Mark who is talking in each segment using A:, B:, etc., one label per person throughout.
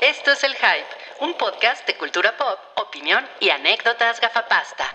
A: Esto es El Hype, un podcast de cultura pop, opinión y anécdotas gafapasta.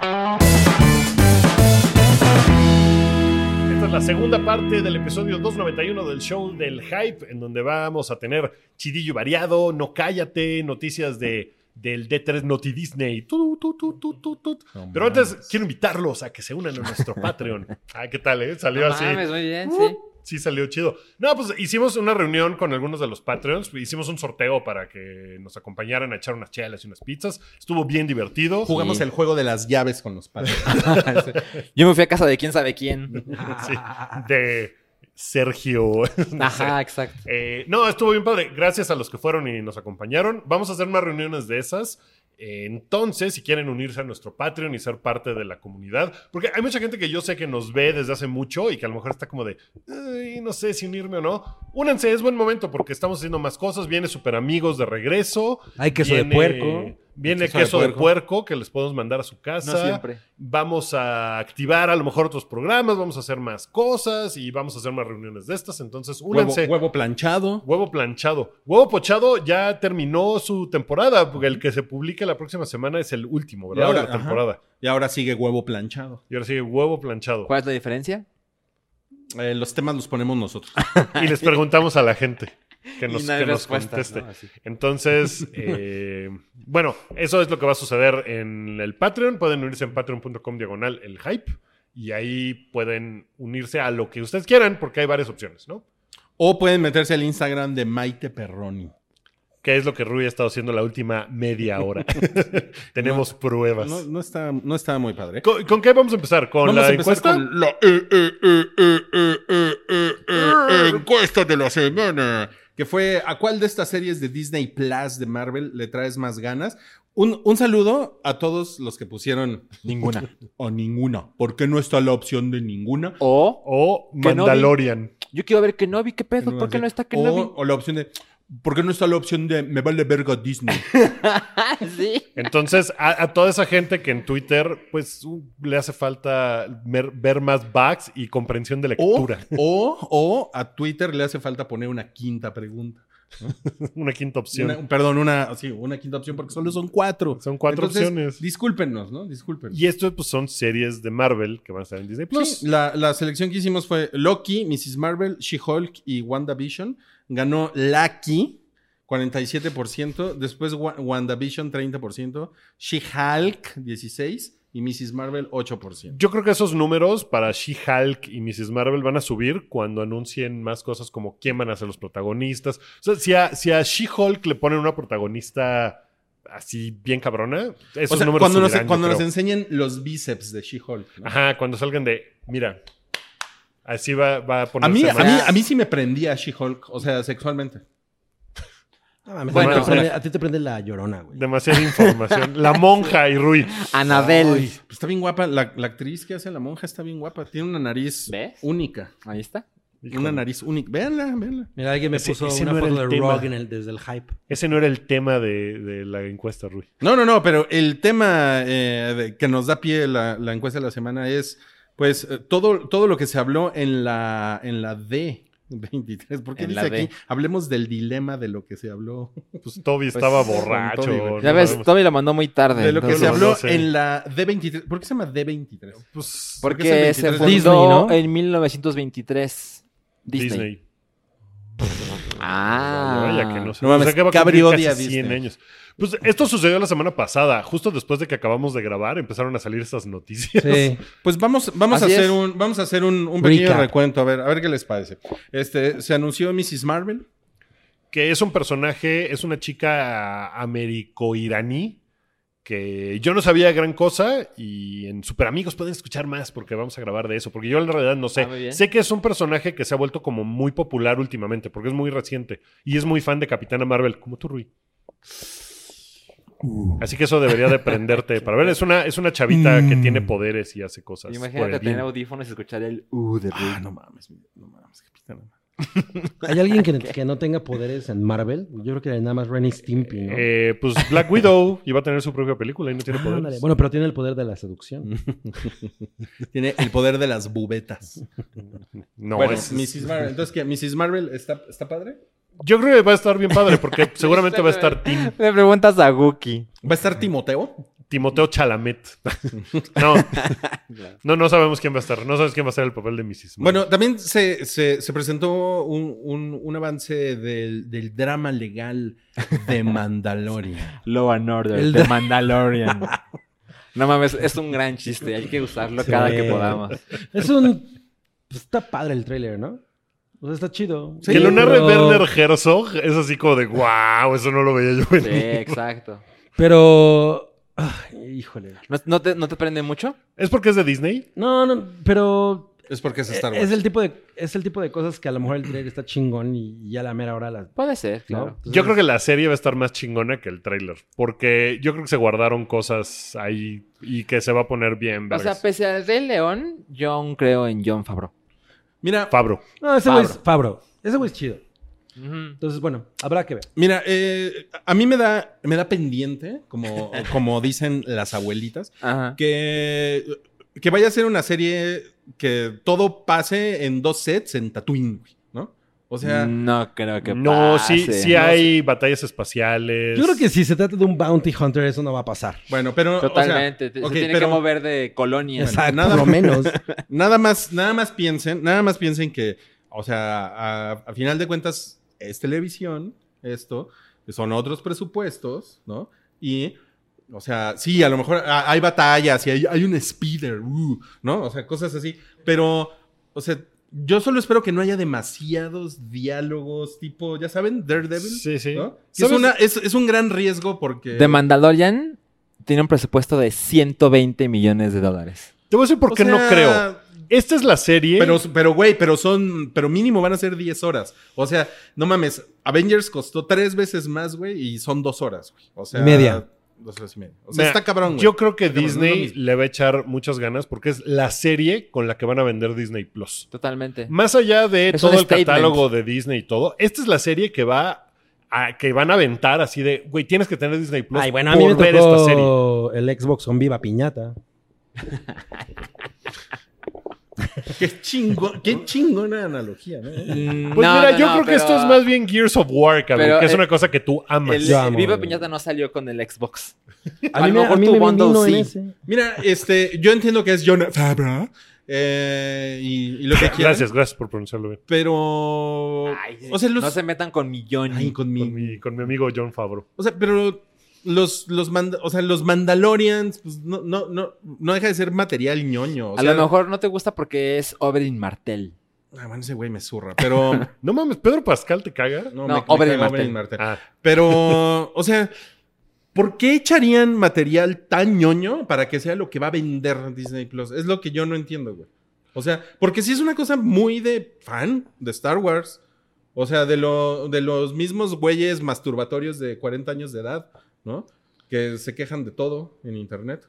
B: Esta es la segunda parte del episodio 291 del show del hype, en donde vamos a tener chidillo variado, no cállate, noticias de del D3 Noti Disney. tu, tu, tu, tu, tu, tu.
C: No
B: Pero antes
C: mames.
B: quiero invitarlos a que se unan a nuestro Patreon. Ah, ¿qué tal? Eh? Salió
D: No
B: así.
D: mames, muy bien,
B: Uh,
D: sí.
B: Sí, salió chido. No, pues hicimos una reunión con algunos de los Patreons. Hicimos un sorteo para que nos acompañaran a echar unas chelas y unas pizzas. Estuvo bien divertido.
C: Jugamos
D: Sí.
C: el juego de las llaves con los padres.
D: Yo me fui a casa de quién sabe quién.
B: Sí, de Sergio. no sé.
D: Ajá, exacto.
B: Eh, no, estuvo bien padre. Gracias a los que fueron y nos acompañaron. Vamos a hacer más reuniones de esas. Eh, Entonces, si quieren unirse a nuestro Patreon y ser parte de la comunidad, porque hay mucha gente que yo sé que nos ve desde hace mucho y que a lo mejor está como de, "Ay, no sé si unirme o no. Únanse, es buen momento porque estamos haciendo más cosas. Viene Super Amigos de regreso.
E: Hay queso de
B: Viene-
E: puerco.
B: Viene queso,
C: Queso de
B: de,
C: puerco.
B: puerco que les podemos mandar a su casa.
D: No siempre.
B: Vamos a activar a lo mejor otros programas, vamos a hacer más cosas y vamos a hacer más reuniones de estas. Entonces,
C: Huevo,
B: únanse.
C: huevo planchado.
B: Huevo planchado. Huevo pochado ya terminó su temporada, porque el que se publica la próxima semana es el último, ¿verdad?
C: Y ahora-
B: de la temporada.
C: Y ahora sigue huevo planchado.
B: Y ahora sigue huevo planchado.
D: ¿Cuál es la diferencia?
C: Eh, los temas los ponemos nosotros.
B: Y les preguntamos a la gente que
D: Y
B: nos,
D: no hay
B: que nos
D: respuesta,
B: conteste.
D: ¿no? Así.
B: Entonces, eh, bueno, eso es lo que va a suceder en el Patreon. Pueden unirse en patreon.com diagonal el hype. Y ahí pueden unirse a lo que ustedes quieran, porque hay varias opciones, ¿no?
C: O pueden meterse al Instagram de Maite Perroni.
B: Que es lo que Rui ha estado haciendo la última media hora. Tenemos pruebas.
C: No, no está, no está muy padre.
B: ¿Con, con qué vamos a empezar? ¿Con
C: Vamos
B: la
C: a empezar
B: encuesta?
C: con la eh, eh, eh, eh, eh, eh, eh, eh, encuesta de la semana. Que fue, ¿a cuál de estas series de Disney Plus de Marvel le traes más ganas? Un, un saludo a todos los que pusieron
E: Ninguna.
C: o ninguna. ¿Por qué no está la opción de ninguna?
D: O
B: O
D: Que no
B: Mandalorian.
D: yo quiero ver Kenobi, ¿qué pedo? ¿Por qué no está
C: o,
D: Kenobi?
C: o la opción de, ¿por qué no está la opción de me vale verga Disney?
D: Ah, sí.
B: Entonces, a, a toda esa gente que en Twitter, pues, uh, le hace falta mer- ver más bugs y comprensión de
C: O,
B: lectura.
C: o, o a Twitter le hace falta poner una quinta pregunta.
B: Una quinta opción.
C: Oh. Una- perdón, una, sí, una quinta opción porque solo son cuatro.
B: Son cuatro
C: Entonces,
B: opciones.
C: Discúlpenos, ¿no? Discúlpenos.
B: Y esto, pues, son series de Marvel que van a estar en Disney Plus.
C: Sí, la, la selección que hicimos fue Loki, Mrs. Marvel, She-Hulk y WandaVision. Ganó Lucky, 47%. Después Wa- WandaVision, 30%. She-Hulk, 16%. Y Mrs. Marvel, 8%.
B: Yo creo que esos números para She-Hulk y Mrs. Marvel van a subir cuando anuncien más cosas como quién van a ser los protagonistas. O sea, si a, si a She-Hulk le ponen una protagonista así bien cabrona, esos
C: o sea,
B: números
C: cuando, nos,
B: subirán, yo
C: cuando nos
B: creo.
C: enseñen los bíceps de She-Hulk. ¿no?
B: Ajá, cuando salgan de, mira, así va, va a
C: A mí,
B: ponerse
C: a,
B: más.
C: mí, a mí sí me prendía She-Hulk, o sea, sexualmente.
B: Bueno,
E: a, ti te
B: o
E: prende, a ti te prende la llorona, güey.
B: demasiada información. La monja y Rui.
D: Anabel.
C: Ay, pues está bien guapa. La, la actriz que hace la monja está bien guapa. Tiene una nariz
D: ¿Ves?
C: única.
D: Ahí está.
C: Una nariz única. Véanla, véanla.
E: Mira, alguien me
B: Ese-
E: puso
B: ese
E: una
B: no era
E: foto
B: el
E: de
B: tema.
E: Rock en el- desde el hype.
B: Ese no era el tema de, de la encuesta, Rui.
C: No, no, no, pero el tema eh, de- que nos da pie la, la encuesta de la semana es, pues, eh, todo, todo lo que se habló en la, en la D23. ¿Por qué
D: En
C: dice
D: la
C: aquí?
D: D.
C: Hablemos del dilema de lo que se habló.
B: Pues Toby estaba
C: con
B: borracho.
C: Toby, güey.
B: no Pues,
D: Ya ves,
B: sabemos.
D: Toby lo mandó muy tarde.
C: De lo que
B: no
D: Ah, entonces-
C: se
B: lo
C: habló
B: sé.
C: en la D23. ¿Por qué se llama D23?
B: Pues,
C: ¿Por qué
D: Porque
C: es el
D: se
C: 23?
D: fundó
E: Disney, ¿no?
D: en 1923. Disney.
B: Disney.
D: Ah.
B: Vaya que no sé.
C: No mames,
B: O sea, que va a
C: Cabri
B: cumplir
C: odia
B: casi 100
C: Disney.
B: años. Pues esto sucedió la semana pasada. Justo después de que acabamos de grabar, empezaron a salir estas noticias.
E: Sí.
C: Pues vamos, vamos a
D: Así
C: hacer
D: es.
C: un, vamos a hacer un, un pequeño
E: Recap.
C: recuento, a ver, a ver qué les parece. Este, se anunció Mrs. Marvel.
B: que es un personaje, es una chica américo-iraní que yo no sabía gran cosa y en Super Amigos pueden escuchar más porque vamos a grabar de eso, porque yo en realidad no sé.
D: Ah, muy bien.
B: sé que es un personaje que se ha vuelto como muy popular últimamente porque es muy reciente y es muy fan de Capitana Marvel, como tú, Rui. Así que eso debería de prenderte para ver. Es una, es una chavita
E: Mm.
B: que tiene poderes y hace cosas. por
D: Imagínate
B: el
D: tener
B: bien.
D: audífonos y escuchar el U de Rui.
C: Ah, no mames, no mames, Capitana Marvel.
E: ¿Hay alguien que, que no tenga poderes en Marvel? Yo creo que nada más Renny Stimpy, ¿no?
B: Eh, pues Black Widow iba a tener su propia película y no tiene
E: Ah,
B: poderes. Mm.
E: ándale. Bueno, pero tiene el poder de la seducción.
C: Tiene el poder de las bubetas.
B: no,
C: bueno,
B: es-
C: Mrs. Marvel. Entonces, ¿qué? ¿Mrs. Marvel está, está padre?
B: Yo creo que va a estar bien padre porque seguramente va a estar Tim-
D: Le preguntas a Guki.
C: ¿Va a estar Timoteo?
B: Timoteo Chalamet. no, no, no sabemos quién va a estar. No sabes quién va a ser el papel de Mrs. Marvel.
C: Bueno, también se, se- se presentó un, un- un avance del, del drama legal de Mandalorian.
D: Law and Order,
C: El
D: The
C: de-
D: Mandalorian. no mames, es un gran chiste. Hay que usarlo cada
E: Sí.
D: que podamos.
E: Es un. pues, está padre el tráiler, ¿no? O sea, está chido.
B: que lo narre
E: pero-
B: Werner Herzog es así como de wow, eso no lo veía yo
D: Sí,
B: venir".
D: exacto.
E: Pero. ay, híjole.
D: ¿No, no te, ¿No te prende mucho?
B: ¿Es porque es de Disney?
E: No, no, pero. e,
C: Es porque es
E: Eh, Es,
C: Star Wars.
E: el tipo de, es el tipo de cosas que a lo mejor el trailer está chingón y ya la mera hora la.
D: Puede ser, claro.
E: ¿no?
B: Yo creo que la serie va a estar más chingona que el tráiler. Porque yo creo que se guardaron cosas ahí y que se va a poner bien.
D: O sea,
B: vergas.
D: pese al Rey León, yo aún creo en John Favreau.
C: Mira,
B: Fabro.
E: No, ese güey es Fabro. Ese güey es chido.
D: Ujú.
E: Entonces, bueno, habrá que ver.
C: mira eh, a mí me da, me da pendiente, como, como dicen las abuelitas,
D: Ajá.
C: que, que vaya a ser una serie que todo pase en dos sets en Tatooine, güey, ¿no? O sea,
E: Mm.
D: no creo que
B: No, sí,
D: pase.
B: sí
D: No,
B: hay batallas espaciales.
E: Yo creo que si se trata de un Bounty Hunter, eso no va a pasar.
C: bueno, pero... o sea,
D: Totalmente. te-
C: ok,
D: se tiene
C: pero-
D: que mover de colonia.
E: Exacto,
C: nada-
E: por lo menos.
C: Nada más, nada más piensen, nada más piensen que, o sea, a, a final de cuentas es televisión, esto, son otros presupuestos, ¿no? Y, o sea, sí, a lo mejor a- hay batallas y hay, hay un speeder, uh, ¿no? O sea, cosas así, pero, o sea, yo solo espero que no haya demasiados diálogos tipo, ya saben, Daredevil,
B: Sí, sí.
C: ¿no? Que Es,
B: ¿Sabes?
C: una, es, es un gran riesgo porque...
D: The Mandalorian tiene un presupuesto de 120 millones de dólares.
B: Te voy a decir por
C: o
B: qué no
C: sea,
B: creo. Esta es la serie.
C: Pero, pero, güey, pero son, pero mínimo van a ser 10 horas. O sea, no mames, Avengers costó tres veces más, güey, y son dos horas, güey. O sea,
E: Y media.
C: Dos horas y media. O sea,
B: Mira,
C: está cabrón, güey.
B: Yo creo que
C: Está cabrón, no
B: Disney
C: es lo mismo.
B: le va a echar muchas ganas porque es la serie con la que van a vender Disney Plus.
D: Totalmente.
B: Más allá de
D: Es un
B: todo el
D: statement.
B: catálogo de Disney y todo, esta es la serie que va a, que van a aventar así de, güey, tienes que tener Disney Plus
E: Ay, bueno, a mí
B: por
E: me
B: ver esta serie.
E: tocó el Xbox con Viva Piñata.
C: Qué, chingo, qué chingona analogía, ¿no?
B: Pues mira, yo creo que esto es más bien Gears of War, cabrón,
D: pero
B: que es
D: el-
B: una cosa que tú amas.
D: El,
E: Yo amo,
D: Viva
E: güey.
D: Piñata no salió con el Xbox.
E: A mí,
D: lo
E: me-
D: mejor
E: a mí
D: tu
E: me
D: bundle
E: vendino en
D: sí.
E: ese.
C: Mira, este, yo entiendo que es John Favreau eh, y, y lo que quieras.
B: Gracias, gracias por pronunciarlo bien.
C: Pero,
D: Ay,
C: o sea, los,
D: No se metan con millones.
C: ay, con mi-
B: Con mi, con mi amigo John Favreau.
C: O sea, pero los, los, manda- o sea, los Mandalorians, pues no, no, no, no deja de ser material ñoño. O
D: a
C: sea,
D: lo mejor no te gusta porque es Oberyn Martel.
C: Ah, bueno, ese güey me zurra, pero. No,
B: No mames, Pedro Pascal te caga.
C: me- me
D: Oberyn
C: caga
D: Martel.
C: Oberyn Martel.
B: Ah,
C: Pero, o sea, ¿por qué echarían material tan ñoño para que sea lo que va a vender Disney Plus? Es lo que yo no entiendo, güey. O sea, porque sí es una cosa muy de fan de Star Wars. O sea, de, lo, de los mismos güeyes masturbatorios de 40 años de edad, ¿no? Que se quejan de todo en internet.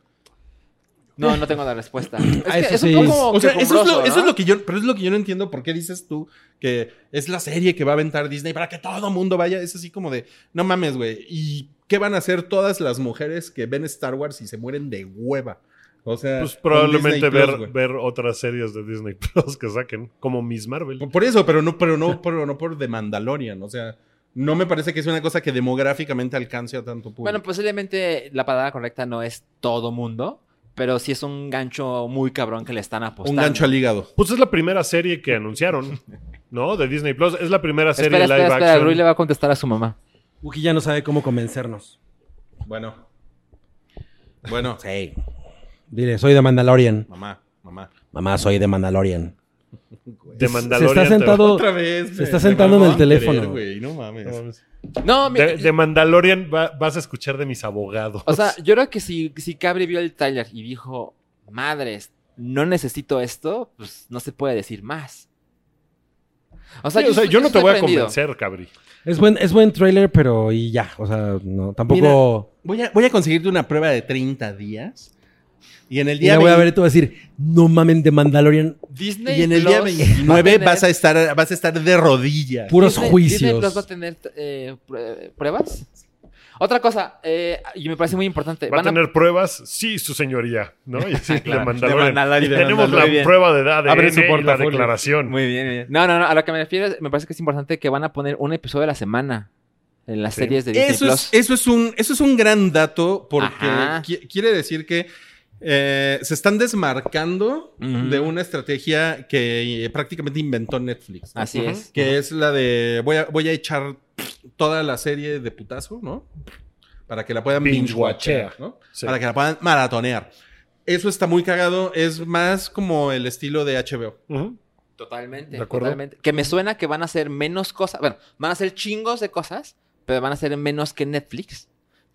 D: No, no tengo la respuesta. Es,
E: Ah,
D: que
E: eso
D: es un
E: sí.
D: poco
C: O sea, eso es, lo,
D: quejumbroso,
C: eso es
D: ¿no?
C: lo que yo, pero es lo que yo no entiendo por qué dices tú que es la serie que va a aventar Disney para que todo mundo vaya. Es así como de, no mames, güey. ¿Y qué van a hacer todas las mujeres que ven Star Wars y se mueren de hueva? O sea,
B: pues
C: Eh, con
B: probablemente
C: Disney Plus,
B: ver,
C: güey.
B: ver otras series de Disney Plus que saquen, como Miss Marvel.
C: Por- Por eso, pero no, pero no, pero no por The Mandalorian. O sea, no me parece que es una cosa que demográficamente alcance a tanto público.
D: Bueno, posiblemente la palabra correcta no es todo mundo, pero sí es un gancho muy cabrón que le están
C: un
D: apostando.
C: gancho al hígado.
B: Pues es la primera serie que anunciaron, ¿no? De Disney Plus. Es la primera serie
D: Espera,
B: live
D: espera, espera.
B: action.
D: Rui le va a contestar a su mamá.
E: Uki ya no sabe cómo convencernos.
C: Bueno. Bueno. Sí.
E: Dile, soy de Mandalorian.
C: Mamá, mamá.
E: Mamá, soy de Mandalorian.
B: De Mandalorian.
E: Se
B: te va-
E: está sentado.
C: Otra vez.
E: Se está sentando en el teléfono.
C: güey, no mames.
B: No mames.
D: No, mi-
B: De, de Mandalorian va- vas a escuchar de mis abogados.
D: o sea, yo creo que si, si Cabri vio el tráiler y dijo, madres, no necesito esto, pues no se puede decir más.
B: Sí,
D: O
B: o sea,
D: estoy-
B: yo no te
D: estoy
B: voy a
D: sorprendido.
B: convencer, cabri.
E: Es buen, es buen trailer, pero y ya. O sea, no, tampoco.
C: Voy a, voy a conseguirte una prueba de 30 días. Y en el
E: Y
C: día,
E: la voy a
C: vein-
E: ver y te voy a decir, no mamen de Mandalorian.
D: Disney
C: y en el día
D: Plus
C: 29
D: va a
C: vas, a
D: tener-
C: estar, vas a estar de rodillas.
E: Puros
D: Disney- Disney Plus va a
E: juicios.
D: tener eh, prue- pruebas. Otra cosa, eh, y me parece muy importante.
B: ¿Va a
D: van a-
B: tener pruebas? Sí, su señoría. ¿No? Y así
D: Claro.
B: le mandaron.
F: De Mandalorian.
B: Tenemos
F: Muy
B: la
F: bien.
B: prueba de edad
F: Abre su
B: de la
F: portafolio.
B: declaración.
F: Muy bien, muy bien.
D: No, no, no. A lo que me refiero, es- me parece que es importante que van a poner un episodio a la semana en las
B: Sí.
D: series de Disney
C: Eso es, eh,
D: Plus.
C: eso, es un, eso es un gran dato porque
D: Ajá.
C: qui- quiere decir que eh, se están desmarcando
D: Ujú.
C: de una estrategia que eh, prácticamente inventó Netflix. ¿no?
D: Así
B: Ujú.
D: es.
C: Que es la de voy a, voy a echar toda la serie de putazo, ¿no? Para que la puedan
B: Binge
C: binge watchear,
B: watchear,
C: ¿no?
B: sí.
C: Para que la puedan maratonear. Eso está muy cagado, es más como el estilo de HBO.
B: Ujú.
D: Totalmente.
B: ¿De acuerdo?
D: totalmente. Que me suena que van a hacer menos cosas. Bueno, van a hacer chingos de cosas, pero van a hacer menos que Netflix.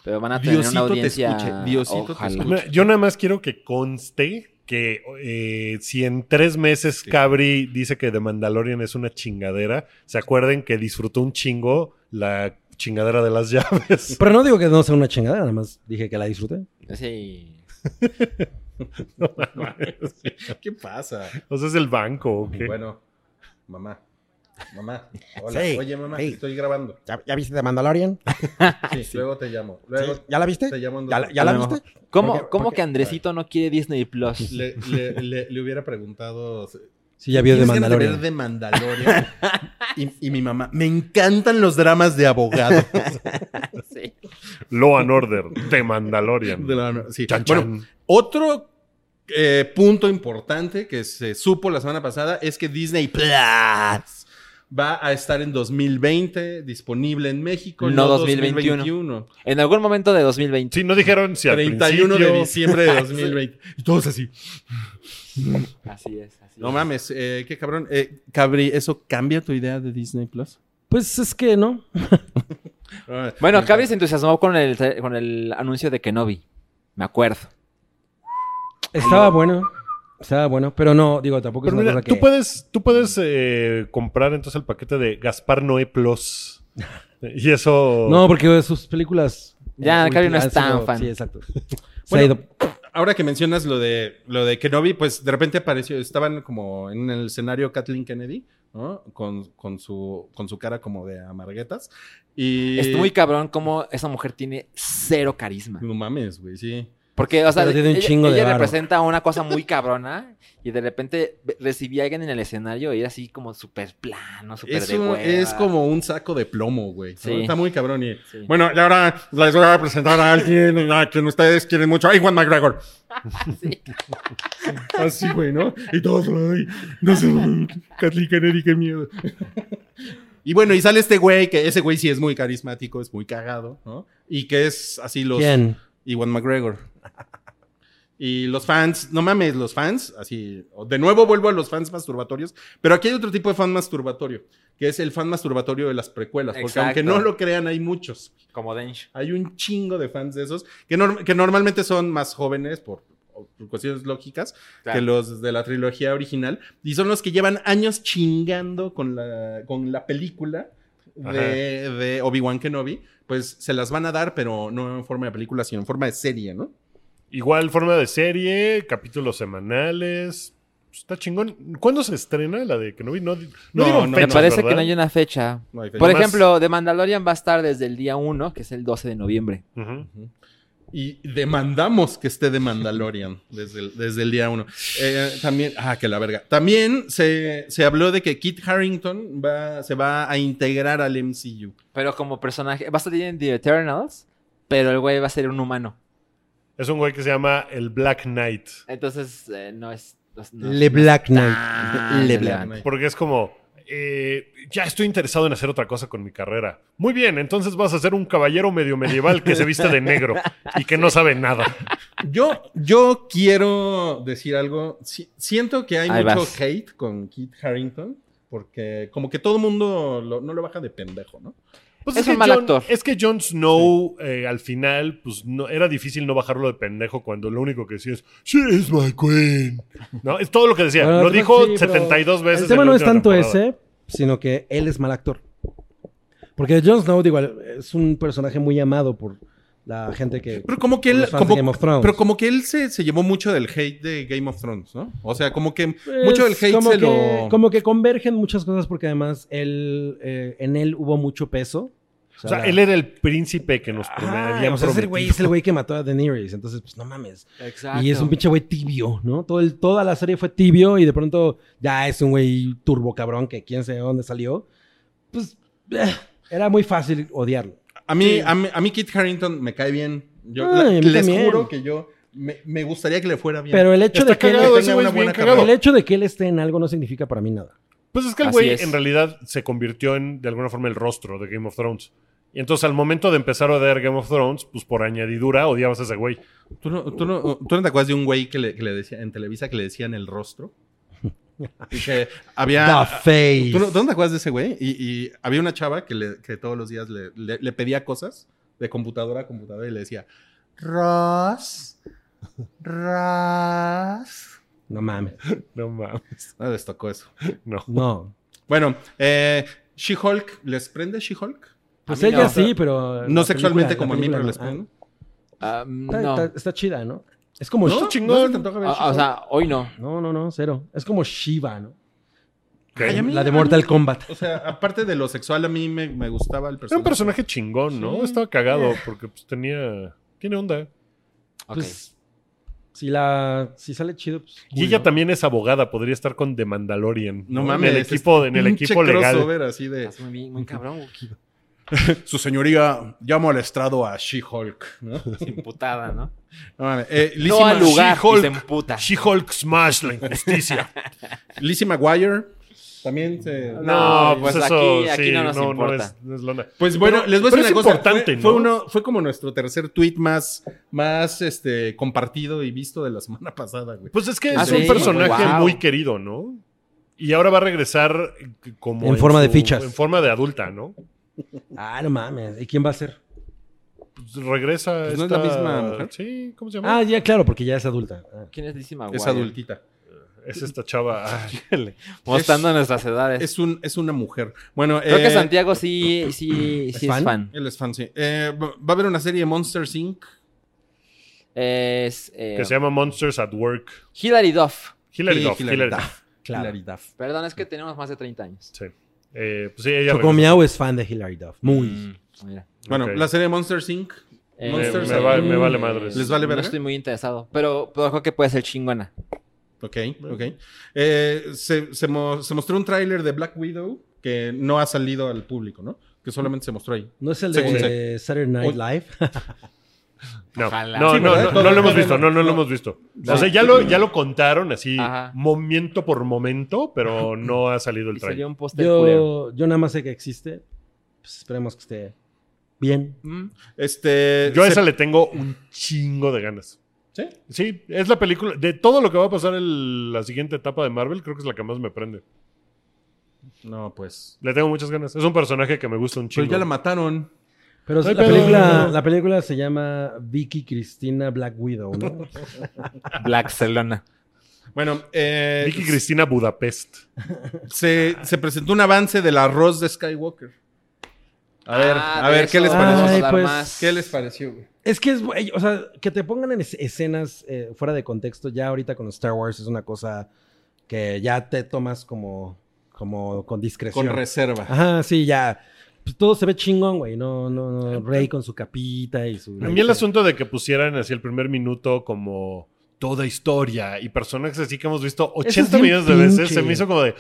D: Pero van a tener
C: Diosito
D: una
C: te
D: audiencia.
C: escuche, Diosito te
D: ojalá.
C: escuche.
B: Mira, Yo nada más quiero que conste que eh, si en tres meses Cabri dice que The Mandalorian es una chingadera, se acuerden que disfrutó un chingo la chingadera de las llaves.
E: Pero no digo que no sea una chingadera, nada más dije que la disfruté.
D: Sí.
C: ¿Qué pasa?
B: O sea, es el banco. ¿o qué?
C: Bueno, mamá. Mamá. Hola.
E: Sí,
C: Oye, mamá,
E: sí.
C: estoy grabando.
E: ¿Ya, ya viste The Mandalorian?
C: Sí, luego te llamo. Luego
E: Sí, ¿Ya la viste?
C: te llamo. en dos
E: ¿Ya, la- ya la viste?
D: ¿Cómo,
E: ¿Por qué-
D: cómo
E: por qué?
D: que Andresito no quiere Disney Plus?
C: Le, le- le- le hubiera preguntado.
E: Sí, ya vio The
C: "¿Tienes ganas de ver
E: Mandalorian.
C: de Mandalorian? y, y mi mamá, me encantan los dramas de abogado.
D: Sí.
B: Law and Order, The Mandalorian.
C: De la- sí.
B: Chan,
C: bueno,
B: chan.
C: otro eh, punto importante que se supo la semana pasada es que Disney Plus va a estar en 2020 disponible en México.
D: No 2021. En algún momento de 2020.
B: Sí, no dijeron si al
C: 31 de
B: principio-
C: diciembre de 2020. Y todos así.
D: Así es. Así
C: No
D: es.
C: mames, eh, qué cabrón. Eh, Cabri, ¿eso cambia tu idea de Disney Plus?
E: Pues es que no.
D: Bueno, Cabri se entusiasmó con el, con el anuncio de Kenobi. Me acuerdo.
E: Estaba bueno. Estaba bueno, pero no, digo, tampoco
B: Pero
E: es una
B: mira,
E: cosa
B: tú
E: que-
B: puedes, tú puedes eh, comprar entonces el paquete de Gaspar Noé Plus. Y eso.
E: No, porque sus películas... eh,
D: Ya, Cabri no es
E: han
D: tan
E: sido-
D: fan.
E: Sí, exacto. Se
C: Bueno,
E: ha ido-
C: Ahora que mencionas lo de lo de Kenobi, pues de repente apareció, estaban como en el escenario Kathleen Kennedy, ¿no? Con, con su con su cara como de amarguetas. Y
D: Es muy cabrón como esa mujer tiene cero carisma.
C: No mames, güey, sí.
D: Porque, o sea,
E: Pero tiene un
D: ella,
E: chingo de
D: ella
E: varo.
D: representa una cosa muy cabrona y de repente ve- recibí a alguien en el escenario y era así como súper plano, súper
C: Es,
D: de
C: un-
D: hueva.
C: es como un saco de plomo, güey.
D: Sí.
C: Está muy cabrón. Y,
D: Sí.
C: Bueno, y ahora les voy a presentar a alguien a quien ustedes quieren mucho. ¡Ay, Juan McGregor! Así, güey, ¿no? Y todos, ay, no sé, Kathleen Kennedy, qué miedo. Y bueno, y sale este güey, que ese güey sí es muy carismático, es muy cagado, ¿no? Y que es así los...
E: ¿Quién?
C: Iwan McGregor. Y los fans, no mames, los fans, así, de nuevo vuelvo a los fans masturbatorios, pero aquí hay otro tipo de fan masturbatorio, que es el fan masturbatorio de las precuelas, porque
D: Exacto.
C: aunque no lo crean, hay muchos,
D: Como Dench.
C: hay un chingo de fans de esos, que, norm- que normalmente son más jóvenes por, por cuestiones lógicas
D: Claro.
C: que los de la trilogía original, y son los que llevan años chingando con la, con la película
B: Ajá.
C: de, de Obi-Wan Kenobi, pues se las van a dar, pero no en forma de película, sino en forma de serie, ¿no?
B: Igual forma de serie, capítulos semanales. Está chingón. ¿Cuándo se estrena la de Kenobi? No, di- no,
C: No,
B: dieron
C: no,
D: Me
B: fechas,
D: parece
B: ¿verdad?
D: que no hay una fecha.
C: No hay fecha.
D: Por
B: Nomás-
D: ejemplo, The Mandalorian va a estar desde el día 1, que es el 12 de noviembre.
B: Ujú.
C: Y demandamos que esté de Mandalorian desde el, desde el día uno. Eh, también, ah, que la verga. También se, se habló de que Kit Harrington va, se va a integrar al MCU.
D: Pero como personaje, va a estar en The Eternals, pero el güey va a ser un humano.
B: Es un güey que se llama el Black Knight.
D: Entonces, eh, no es... no es- no-
E: Le Black
D: Ah,
E: Knight. Le
D: Le
E: Black.
D: Black.
B: Porque es como. eh, ya estoy interesado en hacer otra cosa con mi carrera. Muy bien, entonces vas a ser un caballero medio medieval que se viste de negro y que no sabe nada.
C: Yo, yo quiero decir algo. Si- siento que hay
D: Ahí
C: mucho
D: vas.
C: hate con Kit Harrington porque como que todo el mundo lo- no lo baja de pendejo, ¿no?
B: Pues
D: Es un mal
B: Jon-
D: actor.
B: Es que Jon Snow, eh, al final, pues no, era difícil no bajarlo de pendejo cuando lo único que decía es She is my queen. ¿No? Es todo lo que decía.
E: Bueno,
B: lo
E: creo-
B: dijo
E: sí, pero
B: 72 veces.
E: El tema
B: en la
E: no es
B: última
E: tanto
B: temporada.
E: ese, sino que él es mal actor. Porque Jon Snow, digo, es un personaje muy amado por la gente que...
C: Pero como que
E: por
C: él,
E: los fans de
C: como,
E: Game of Thrones.
C: pero como que él se, se llevó mucho del hate de Game of Thrones, ¿no? O sea, como que mucho del
E: Pues,
C: hate
E: como
C: se
E: que,
C: lo...
E: Como que convergen muchas cosas porque además él, eh, en él hubo mucho peso.
B: O sea, él era el príncipe que nos
E: Ajá,
B: habían
E: Ah, o sea, es el güey,
B: prometido.
E: es el güey que mató a Daenerys, entonces pues no mames.
D: Exacto.
E: Y es un pinche güey tibio, ¿no? Todo el, toda la serie fue tibio y de pronto ya es un güey turbo cabrón que quién sabe dónde salió. Pues eh, era muy fácil odiarlo.
C: A mí, a mí, a mí Kit Harrington me cae bien. Yo,
E: Ay,
C: la-
E: a mí
C: les
E: también.
C: juro que yo me, me gustaría que le fuera bien.
E: Pero el hecho,
B: Está
E: de que él,
B: cagado,
C: que
B: ese
C: tenga
B: güey
C: una
B: es bien
C: buena
B: cagado.
E: el hecho de que él esté en algo no significa para mí nada.
B: Pues es que el
D: Así
B: güey
D: es.
B: en realidad se convirtió en, de alguna forma, el rostro de Game of Thrones. Y entonces al momento de empezar a odiar Game of Thrones, pues por añadidura odiabas a ese güey.
C: ¿Tú no, tú, no, tú no te acuerdas de un güey que le, que le decía en Televisa que le decían el rostro? Y que había.
E: The face.
C: ¿Tú no, tú no te acuerdas de ese güey? Y, y había una chava que, le- que todos los días le, le- le pedía cosas de computadora a computadora y le decía: Ross. Ross.
E: No mames.
B: No mames.
C: No les tocó eso.
B: No.
E: No.
C: Bueno, eh, She-Hulk, ¿les prende She-Hulk?
E: Pues
D: mí
E: ella
D: no.
E: sí, pero.
C: No
E: la
C: sexualmente
E: película-
C: como a
E: la
C: mí,
E: película
C: pero les
E: no. Ah,
C: prende.
D: Ah, mm,
E: está,
D: no.
E: está- está chida, ¿no? Es como.
C: ¿No?
E: Sh-
C: ¿No se te antoja ver
D: Ah, o
C: She-Hulk?
D: sea, hoy no.
E: No, no, no, cero. Es como Shiva, ¿no?
B: Ok.
C: Ay, a mí-
E: La de Mortal Kombat.
C: O sea, aparte de lo sexual, a mí me, me gustaba
B: Era
C: el
B: un
C: personaje.
B: personaje chingón, ¿no?
C: Sí. Eh.
B: Estaba cagado porque pues tenía... Tiene onda.
D: Ok.
E: Pues, si la. Si sale chido, pues.
B: Y ella también es abogada, podría estar con The Mandalorian.
C: No mames,
B: En
C: este
B: el equipo, en el
C: pinche
B: equipo legal.
C: crossover así
E: eh,
C: de...
D: Estás muy bien, muy cabrón, Wookie.
C: Su señoría llama al estrado a She-Hulk, ¿no?
D: Emputada, ¿no?
C: No mames. Eh, Lizzie,
D: No
C: Ma-
D: al lugar y se
C: She-Hulk,
D: emputa.
B: She-Hulk Smash, la injusticia.
C: Lizzie McGuire también se...
D: No, pues aquí- aquí no nos importa.
B: es, no es lona.
C: Pues bueno,
B: Pero-
C: les voy a
B: pero es
C: decir una cosa.
B: importante,
C: fue, fue
B: ¿no?
C: uno- fue como nuestro tercer tweet más, más este, compartido y visto de la semana pasada, güey.
B: Pues es que
D: Ah,
B: es
D: sí,
B: un personaje
D: wow.
B: muy querido, ¿no? Y ahora va a regresar eh, como...
E: En forma de fichas.
B: En forma de adulta, ¿no?
E: Ah, no mames. ¿Y quién va a ser?
B: Pues regresa
C: Pues no
B: esta...
C: es la misma mujer.
B: Sí, ¿cómo se llama?
E: Ah, ya, claro, porque ya es adulta. Ah.
D: ¿Quién es Lizzie
C: Es
D: Maguire?
C: adultita.
B: Es esta chava. ah, Ay,
D: Mostrando
C: Es-
D: nuestras edades.
C: Es, un, es una mujer. Bueno,
D: Creo
C: eh,
D: que Santiago sí, sí, sí
E: fan?
D: es fan.
C: Él es fan, sí. Eh, va va a haber una serie de Monsters Inc.
D: Es eh,
B: que se llama Monsters at Work.
D: Hilary Duff.
B: Hilary
C: Sí,
B: Duff.
C: Hilary
B: Hilary
C: Duff.
B: Duff.
E: Claro.
C: Hilary Duff.
D: Perdón, es que tenemos más de 30 años.
B: Sí. Eh, pues sí, ella
E: Choco
B: regresa.
E: Miau es fan de Hilary Duff. Muy.
D: Mm, mira.
C: Bueno,
B: Ok.
C: la serie de Monsters Inc.
D: Eh,
C: Monsters
B: me
C: Inc.
B: va- me vale madres.
C: ¿Les vale
D: No
C: verga?
D: estoy muy interesado, pero, pero creo que puede ser chingona.
C: Ok, ok. Eh, se, se mo- se mostró un tráiler de Black Widow que no ha salido al público, ¿no? Que solamente se mostró ahí.
E: ¿No es el
C: Según
E: de Saturday Night
C: Hoy-
E: Live?
B: No,
D: Ojalá.
B: no,
D: Sí,
B: no,
C: ¿verdad?
B: no, no lo hemos visto, no, no
C: No.
B: lo hemos visto.
C: No.
B: O sea, ya lo, ya lo contaron así,
D: Ajá.
B: momento por momento, pero no ha salido el
D: Y sería
B: trailer.
D: un póster culero.
E: yo, yo nada más sé que existe. Pues esperemos que esté bien.
D: Mm,
C: Este,
B: Yo a
C: se-
B: esa le tengo un chingo de ganas.
C: ¿Sí?
B: Sí, es la película, de todo lo que va a pasar en la siguiente etapa de Marvel, creo que es la que más me prende.
C: No, pues.
B: Le tengo muchas ganas. Es un personaje que me gusta un
C: Pero
B: chingo.
C: Pues ya la mataron.
E: Pero
B: No hay
E: la,
B: pedo,
E: película,
B: no, no.
E: la película se llama Vicky Cristina Black Widow, ¿no?
D: Blackcelona.
C: Bueno, eh,
B: Vicky Cristina Budapest.
C: se, se presentó un avance del arroz de Skywalker. A ver,
D: Ah,
C: a
D: de
C: ver, ¿qué
D: eso
C: les
D: vamos a
E: Ay,
C: pareció?
D: hablar
E: pues,
D: más.
C: ¿Qué les pareció, güey?
E: Es que es, güey, o sea, que te pongan en es- escenas eh, fuera de contexto, ya ahorita con Star Wars es una cosa que ya te tomas como, como con discreción.
C: Con reserva.
E: Ajá, sí, ya. Pues todo se ve chingón, güey. No, no, no. Rey con su capita y su.
B: Em,
E: este.
B: A mí el asunto de que pusieran así el primer minuto como toda historia y personajes así que hemos visto
E: Eso es
B: 80
E: bien
B: millones de veces,
E: pinche.
B: se me hizo como de,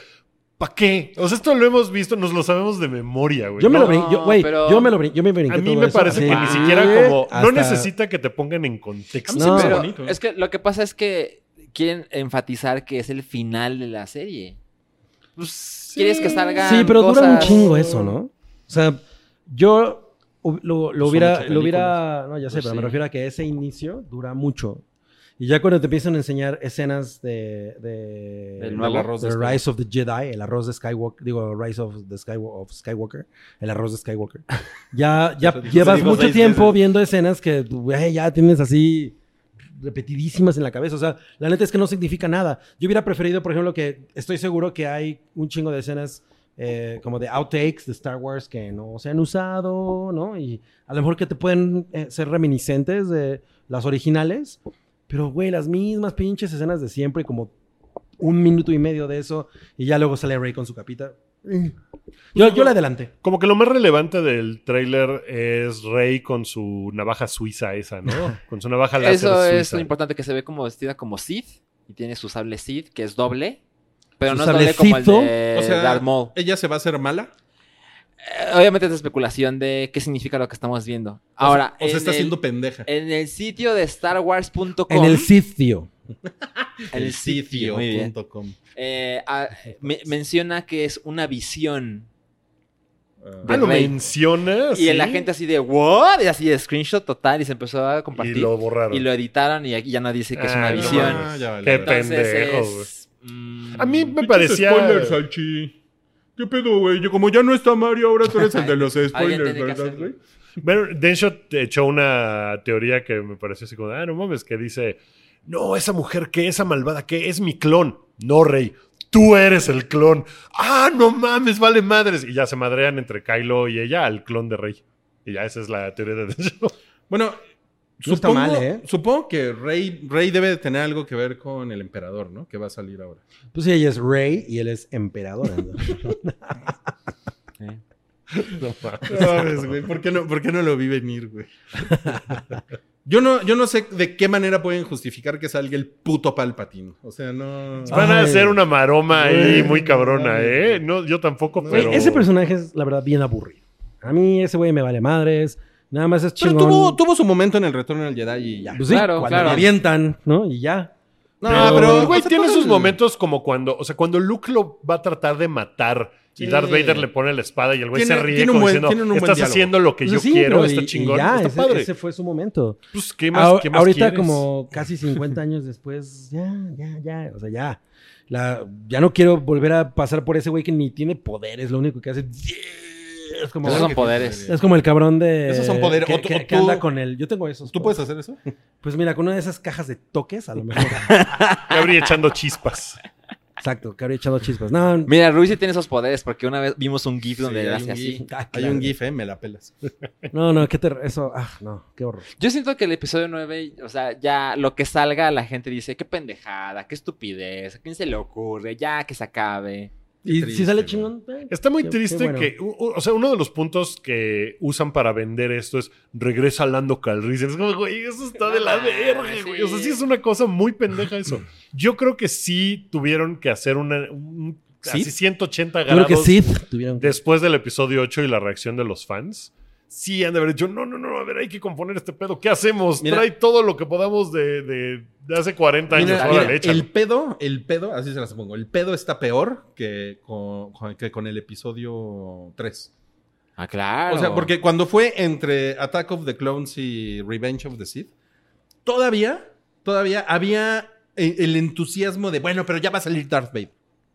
B: ¿pa' qué? O sea, esto lo hemos visto, nos lo sabemos de memoria, güey.
E: Yo me
B: No,
E: lo brin- yo, güey,
D: No, pero-
E: yo me lo brin- yo me brinqué
B: A mí
E: todo
B: me
E: eso, Ah.
B: parece
E: así.
B: que ni siquiera como, no
E: Hasta-
B: necesita que te pongan en contexto.
E: No.
D: Pero
C: bonito, ¿eh?
D: es que lo que pasa es que quieren enfatizar que es el final de la serie.
B: Pues
D: ¿Quieres que salga?
E: Sí, pero dura un
D: cosas-
E: chingo eso, ¿no? O sea, yo hu- lo, lo
C: Son
E: hubiera,
C: ocho
E: lo hubiera, no, ya sé,
D: Pues
E: pero me
D: sí.
E: refiero a que ese inicio dura mucho. Y ya cuando te empiezan a enseñar escenas de, de
D: Del nuevo
E: de
C: arroz de
E: The Rise of the Jedi, el arroz de Skywalker, digo Rise of the Skywa- of Skywalker, el arroz de Skywalker. Ya, ya
C: Eso dijo-
E: llevas
C: eso dijo
E: mucho
C: seis
E: tiempo
C: veces.
E: viendo escenas que güey, ya tienes así repetidísimas en la cabeza. O sea, la neta es que no significa nada. Yo hubiera preferido, por ejemplo, que estoy seguro que hay un chingo de escenas eh, como de outtakes de Star Wars que no se han usado, ¿no? Y a lo mejor que te pueden eh, ser reminiscentes de las originales, pero, güey, las mismas pinches escenas de siempre, como un minuto y medio de eso, y ya luego sale Rey con su capita. Yo, yo le adelanté.
B: Como que lo más relevante del tráiler es Rey con su navaja suiza esa, ¿no? Con su navaja láser
D: Eso
B: suiza.
D: es lo importante, que se ve como vestida como Sith y tiene su sable Sith, que es doble, pero
E: Su
D: no es doble como el
E: sablecito.
D: de
C: O sea, eh,
D: Darth Maul.
C: ¿Ella se va a hacer mala?
D: Eh, Obviamente es especulación de qué significa lo que estamos viendo. Ahora,
C: O sea,
D: en
C: está
D: el-
C: siendo pendeja.
D: En el sitio de StarWars.com.
E: En el sitio.
D: en el sitio, muy bien.
C: punto com.
D: eh, ah, me- menciona que es una visión.
B: Ah,
D: de
B: lo
D: Rey.
B: mencionas.
D: Y la gente así de, ¿what? Y así de screenshot total y se empezó a
B: Y
D: compartir.
B: lo borraron.
D: y lo editaron y aquí ya no dice que es una
B: Ah, no
D: visión.
B: mames.
C: Ah, ya vale,
B: Qué
C: vale.
D: Entonces
B: pendejo,
D: es, mm,
B: A mí me
C: Pinches
B: parecía.
C: Spoilers, Salchi. ¿Qué pedo, güey? Yo, como ya no está Mario, ahora tú eres el de los
D: Alguien
C: spoilers,
D: tiene que
C: ¿verdad,
D: hacerlo.
C: güey?
B: Bueno, Denshot echó una teoría que me pareció así como, ah, no mames, que dice, no, esa mujer, ¿qué? Esa malvada, ¿qué? Es mi clon. No, Rey, tú eres el clon. Ah, no mames, vale madres. Y ya se madrean entre Kylo y ella al clon de Rey. Y ya esa es la teoría de Denshot.
C: Bueno,
E: No está
C: supongo,
E: mal, ¿eh?
C: supongo que Rey, Rey debe de tener algo que ver con el emperador, ¿no? Que va a salir ahora.
E: Pues sí, ella es rey y él es emperador. entonces.
D: eh.
C: ¿Sabes, güey? ¿Por qué no, por qué no lo vi venir, güey? Yo no, yo no sé de qué manera pueden justificar que salga el puto Palpatine. O sea, no.
B: Van a
E: Ay.
B: hacer una maroma ahí
C: Güey,
B: muy cabrona,
C: mames,
B: ¿eh?
C: güey.
B: No, yo tampoco,
C: No.
B: pero...
E: Güey, Ese personaje es, la verdad, bien aburrido. A mí ese güey me vale madres. Nada más es
C: Pero
E: chingón.
C: tuvo, tuvo su momento en el retorno del Jedi y ya.
E: Pues sí,
D: Claro,
E: cuando
D: claro.
E: le avientan, ¿no? Y ya.
C: No,
B: pero,
C: pero,
B: güey,
C: o sea,
B: tiene
C: todo
B: sus
C: el-
B: momentos como cuando, o sea, cuando Luke lo va a tratar de matar y
C: Sí.
B: Darth Vader le pone la espada y el güey se
C: Tiene-
B: ríe
C: tiene un
B: como
C: buen-
B: diciendo,
C: tiene un buen
B: estás
C: diálogo".
B: haciendo lo que
E: Pues
B: yo
E: sí,
B: quiero,
E: pero
B: está
E: y- y
B: chingón,
E: ya,
B: está
E: ese,
B: padre.
E: ese fue su momento.
B: Pues, ¿qué más,
E: Ahor-
B: qué más
E: ahorita
B: quieres?
E: como casi 50 años después, ya, ya, ya, o sea, ya. La, ya no quiero volver a pasar por ese güey que ni tiene poderes, lo único que hace es como,
D: Esos son
C: Claro que
D: poderes.
C: tiene.
E: es como el cabrón de
C: Esos son poderes.
E: que,
C: O tú-
E: que-
C: o
E: que
C: tú-
E: anda con el, yo tengo esos.
C: ¿Tú puedes
E: poderes.
C: hacer eso?
E: Pues mira, con una de esas cajas de toques a lo mejor.
B: Ya habría echando chispas.
E: Exacto, que habría echado chispas. No,
D: Mira, Ruiz tiene esos poderes porque una vez vimos un GIF Pues donde
C: Sí,
D: le
C: hay
D: hace
C: un
D: así.
C: GIF.
E: Ah,
C: Hay
E: claro.
C: un GIF, ¿eh? Me la pelas.
E: no, no, qué terror, eso, ah, no, qué horror.
D: Yo siento que el episodio 9, o sea, ya lo que salga, la gente dice, qué pendejada, qué estupidez, a quién se le ocurre, ya que se acabe.
E: Y
C: triste,
E: si sale
C: güey.
E: chingón, eh,
B: Está muy
E: qué- qué
B: triste
E: bueno.
B: que, u- u- o sea, uno de los puntos que usan para vender esto es regresa Lando Calrissian. Es como, güey, eso está de la
D: Ah,
B: verga, güey. O sea, sí es una cosa muy pendeja eso. Yo creo que sí tuvieron que hacer una, un,
C: ¿Sí?
B: así 180
E: Yo creo
B: grados.
E: que Sith tuvieron que-
B: después del episodio 8 y la reacción de los fans, sí han de haber dicho, no, no, no, a ver, hay que componer este pedo. ¿Qué hacemos?
C: Mira.
B: Trae todo lo que podamos de, de- de hace 40 años.
C: Mira,
B: Órale,
C: mira,
B: échalo.
C: el pedo, el pedo, así se las pongo. El pedo está peor que con, con- que con el episodio 3.
D: Ah, claro.
C: O sea, porque cuando fue entre Attack of the Clones y Revenge of the Sith, todavía, todavía había e- el entusiasmo de, bueno, pero ya va a salir Darth Vader.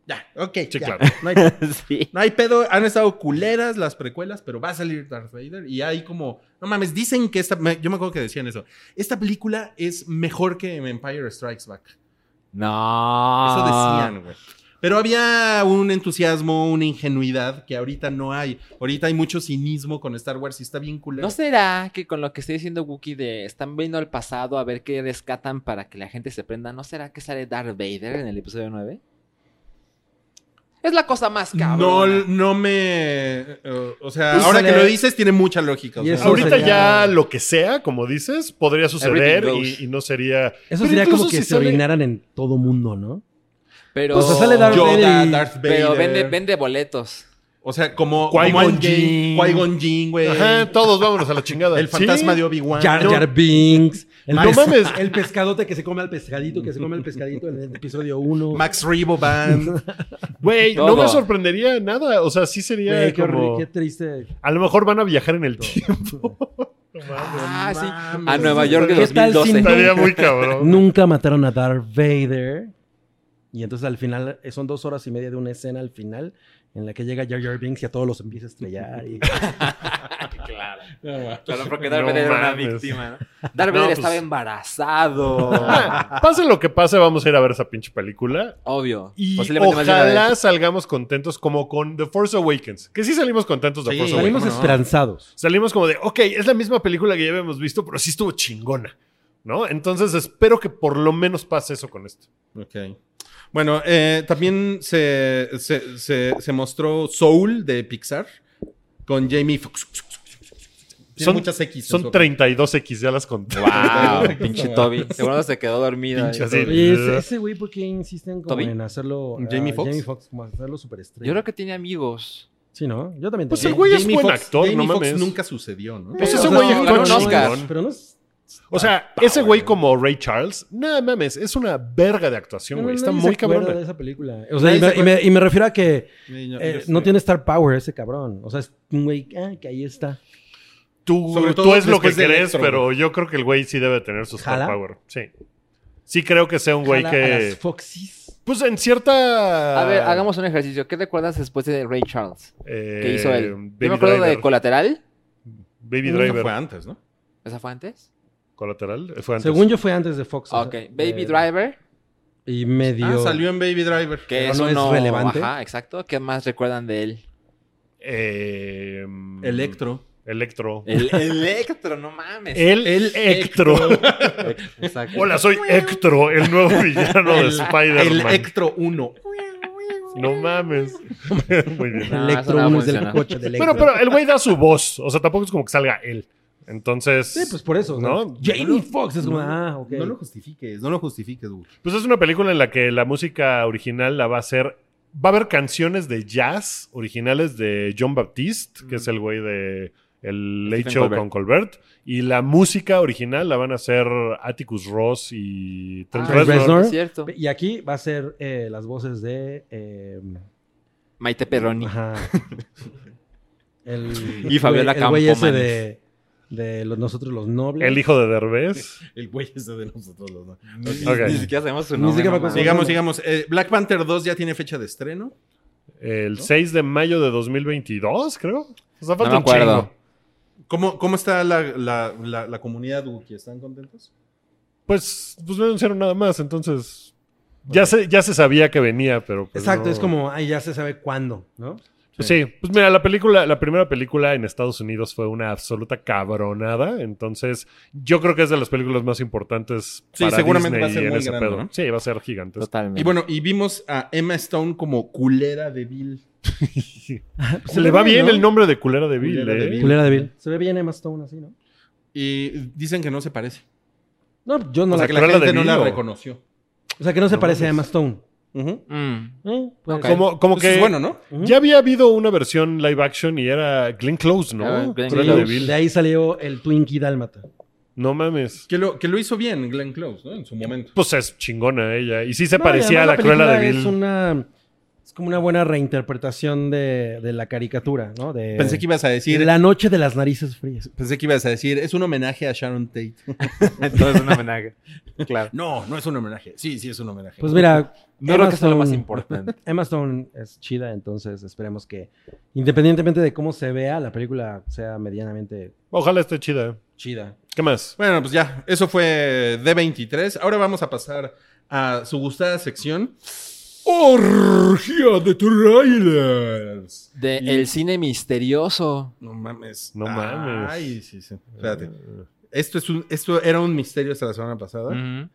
C: Ya, ok.
B: Sí,
C: ya.
B: claro.
C: No hay,
D: sí.
C: no hay pedo, han estado culeras las precuelas, pero va a salir Darth Vader. Y hay como, no mames, dicen que esta, me- yo me acuerdo que decían eso, esta película es mejor que Empire Strikes Back.
D: No.
C: Eso decían, güey. Pero había un entusiasmo, una ingenuidad que ahorita no hay. Ahorita hay mucho cinismo con Star Wars y está bien culero.
D: ¿No será que con lo que está diciendo Wookiee de están viendo al pasado a ver qué rescatan para que la gente se prenda? ¿No será que sale Darth Vader en el episodio 9? Es la cosa más cabrona.
C: No, no me. eh, o sea,
E: Pues
C: ahora
E: sale-
C: que lo dices, tiene mucha lógica. o
E: Y
C: sea,
E: eso
B: Ahorita
E: sería-
B: ya lo que sea, como dices, podría suceder
D: Everything goes.
B: y, y no sería...
E: Eso
B: Pero
E: sería
B: incluso
E: como que
B: si
E: se
B: sale-
E: orinaran en todo mundo, ¿no?
D: Pero,
E: O sea, sale Darth
C: Yoda,
E: Vader y-
C: Darth Vader.
D: pero vende, vende boletos.
C: O sea, como.
B: Qui-Gon
C: como Endgame,
B: Jinn.
C: Qui-Gon Jinn, güey.
B: Ajá, todos vámonos a la chingada.
C: El fantasma de Obi-Wan.
E: Jar
C: No,
E: Jar Binks. El,
B: No mames.
E: el pescadote que se come al pescadito, que se come al pescadito en el episodio 1.
C: Max Rebovan.
B: Güey, no
D: Todo.
B: me sorprendería nada. O sea, sí sería
E: qué, horri-
B: como...
E: qué triste.
B: A lo mejor van a viajar en el tiempo.
D: Ah, sí.
C: mames.
D: A Nueva York de
E: ¿Qué tal
D: 2012.
E: si no-
B: Estaría muy cabrón.
E: Nunca mataron a Darth Vader. Y entonces al final, eh, son dos horas y media de una escena al final en la que llega Jar Jar Binks y a todos los empieza a estrellar. y-
D: Ah, Claro.
C: No, va.
D: Claro, porque
B: No
D: Darth Vader era una
B: mames.
D: víctima, ¿no?
B: No,
D: Darth Vader
B: pues-
D: estaba embarazado.
B: Ah, pase lo que pase, vamos a ir a ver esa pinche película.
D: Obvio.
B: Y
D: Posiblemente más de una
B: ojalá
D: vez.
B: salgamos contentos como con The Force Awakens. Que sí salimos contentos de
C: Sí,
B: Force Awakens.
E: Salimos
C: ¿cómo no?
E: esperanzados.
B: Salimos como de, ok, es la misma película que ya habíamos visto, pero sí estuvo chingona. ¿No? Entonces espero que por lo menos pase eso con esto.
C: Ok. Bueno, eh, también se, se- se- se mostró Soul de Pixar con Jamie Foxx. Tiene
B: Son-
C: muchas X. en su-
B: Son 32 X, ya las conté.
D: ¡Wow! pinche Toby. Seguro se quedó dormido. ahí.
B: Pinche
E: Oye,
B: así.
E: ese- ese güey, ¿por qué insisten como
D: ¿Toby?
E: en hacerlo. ah,
C: ¿Jamie Foxx?
E: Jamie Foxx, como hacerlo superestrella.
D: Yo creo que tiene amigos.
E: Sí, ¿no? Yo también.
B: Pues
E: tenía.
B: el güey es
C: Jamie
B: buen
C: Foxx-
B: actor,
C: Jamie
B: no
C: Foxx
B: mames.
C: nunca sucedió, ¿no?
B: Pues ese
E: Eh, o sea,
B: güey
E: no,
B: actuó
E: ganó
B: en
E: un Oscar,
B: Oscar.
E: Pero no es.
B: O sea, ese güey como Ray Charles, nada mames, es una verga de actuación,
E: no,
B: güey.
E: no,
B: Está
E: nadie
B: muy
E: se acuerda
B: cabrón.
E: de esa película. O sea,
C: Nadie
E: y me,
C: se
E: y me- y me refiero a que
C: Yo-
E: eh,
C: yo
E: no
C: sé.
E: tiene star power ese cabrón. O sea, es un güey ah, que ahí está.
B: Tú,
C: Sobre
B: tú
C: todo
B: es lo que
C: después de
B: crees,
C: Electro.
B: pero yo creo que el güey sí debe tener su star
E: ¿Jala?
B: power. Sí. Sí creo que sea un güey
E: Jala a las
B: que...
E: Foxys.
B: Pues en cierta...
D: A ver, hagamos un ejercicio. ¿Qué recuerdas después de Ray Charles?
B: eh,
D: ¿Qué hizo él? Yo me
B: Baby
D: acuerdo de
B: Driver.
D: Colateral.
B: Baby
C: Esa
B: Driver.
C: fue antes, ¿no?
D: ¿Esa fue antes?
B: Colateral. eh, Fue antes.
E: Según yo fue antes de Fox. o
D: ok.
E: sea,
D: Baby
E: eh,
D: Driver.
E: Y medio.
C: Ah, salió en Baby Driver.
D: Que
E: pero
D: es
E: no es
D: uno-
E: relevante.
D: Ajá, exacto. ¿Qué más recuerdan de él?
B: Eh,
C: Electro.
B: Electro.
D: El Electro, no mames.
B: El, Electro.
D: Exacto.
B: Hola, soy Electro, el nuevo villano de
C: El
B: Spider-Man.
C: Electro 1.
B: No mames. Muy bien.
D: No, eso
E: Electro
D: no
E: 1 es del
D: funciona.
E: coche de Electro.
B: Bueno, pero el güey da su voz. O sea, tampoco es como que salga él. Entonces.
E: Sí, pues por eso.
B: ¿No?
E: ¿no? Jamie Foxx es como. Ah, ok.
C: No lo justifiques, no lo justifiques, güey.
B: Pues es una película en la que la música original la va a hacer. Va a haber canciones de jazz originales de John Baptiste, que es el güey de el Late
D: Stephen
B: Show
D: Colbert.
B: con Colbert. Y la música original la van a hacer Atticus Ross y Trent
E: Ah,
B: Reznor.
E: Reznor.
D: Es cierto.
E: Y aquí va a ser eh, las voces de. eh,
D: Maite Perroni.
E: ajá. El,
D: Y Fabiola
E: el güey ese
D: Campomanes.
E: de, de los, nosotros los nobles.
B: El hijo de Derbez.
C: El güey ese de nosotros los dos.
B: Ok.
D: Ni siquiera sabemos su
E: Ni
D: nombre.
E: siquiera
D: no
E: me acuerdo.
D: mames.
C: Sigamos, sigamos. Eh, Black Panther 2 ya tiene fecha de estreno.
B: El 6 de mayo de 2022, creo. O sea, falta
D: No me
B: un chingo.
D: acuerdo.
C: ¿Cómo, cómo está la, la, la, la comunidad Wookiee? ¿Están contentos?
B: Pues, pues no anunciaron nada más, entonces. Ya se, ya se sabía que venía, pero. pues
E: Exacto,
B: no.
E: es como, ay, ya se sabe cuándo, ¿no?
B: Pues sí, pues mira, la película, la primera película en Estados Unidos fue una absoluta cabronada, entonces yo creo que es de las películas más importantes
C: Sí,
B: para
C: seguramente
B: Disney
C: va a ser
B: y en
C: muy
B: ese
C: grande,
B: pedo.
C: ¿no?
B: Sí, va a ser gigante.
D: Totalmente.
C: Y bueno, y vimos a Emma Stone como culera de Bill.
B: Se le va
E: Pues,
B: bien el nombre de culera de Bill,
C: Culera de
B: ¿eh?
C: Bill.
E: Culera de Bill. Se ve bien Emma Stone así, ¿no?
C: Y dicen que no se parece.
E: No, yo no
C: O
E: la-
C: sea, que la
B: culera
C: gente
B: de
C: no
B: Bill,
C: la
B: ¿o?
C: reconoció.
E: no se
B: No
E: parece a Emma
B: mames.
E: Stone.
C: Ujú.
D: Mm.
E: ¿Eh? Pues,
D: Ok.
B: Como, como
C: Eso
B: que
C: es bueno, ¿no?
E: ujú.
B: ya había habido una versión live action y era Glenn Close, ¿no?
D: Ah, Glenn
B: Cruella de
D: Close.
B: Bill.
E: De ahí salió el Twinkie Dálmata.
B: No mames.
C: Que lo, que lo hizo bien Glenn Close, ¿no? En su momento.
B: Pues es chingona ella. Y sí se
E: No, y
B: parecía a la
E: además
B: Cruella de
E: película
B: Bill.
E: Es, una, es como una buena reinterpretación de, de la caricatura, ¿no? De,
C: Pensé que ibas a decir.
E: de Eh, La noche de las narices frías.
C: Pensé que ibas a decir, es un homenaje a Sharon Tate.
D: Todo es un homenaje. Claro.
C: No, no es un homenaje. Sí, sí es un homenaje.
E: Pues mira,
D: No creo que sea lo más importante.
E: Emma Stone es chida, entonces esperemos que, independientemente de cómo se vea, la película sea medianamente
B: Ojalá esté chida.
E: chida.
B: ¿Qué más?
C: Bueno, pues ya, eso fue D23. Ahora vamos a pasar a su gustada sección. Orgia de trailers.
D: De
C: Y-
D: El cine misterioso.
C: No mames.
B: No mames.
C: Ay, sí, sí. Espérate. Esto, es un, esto era un misterio hasta la semana pasada.
D: Ujú.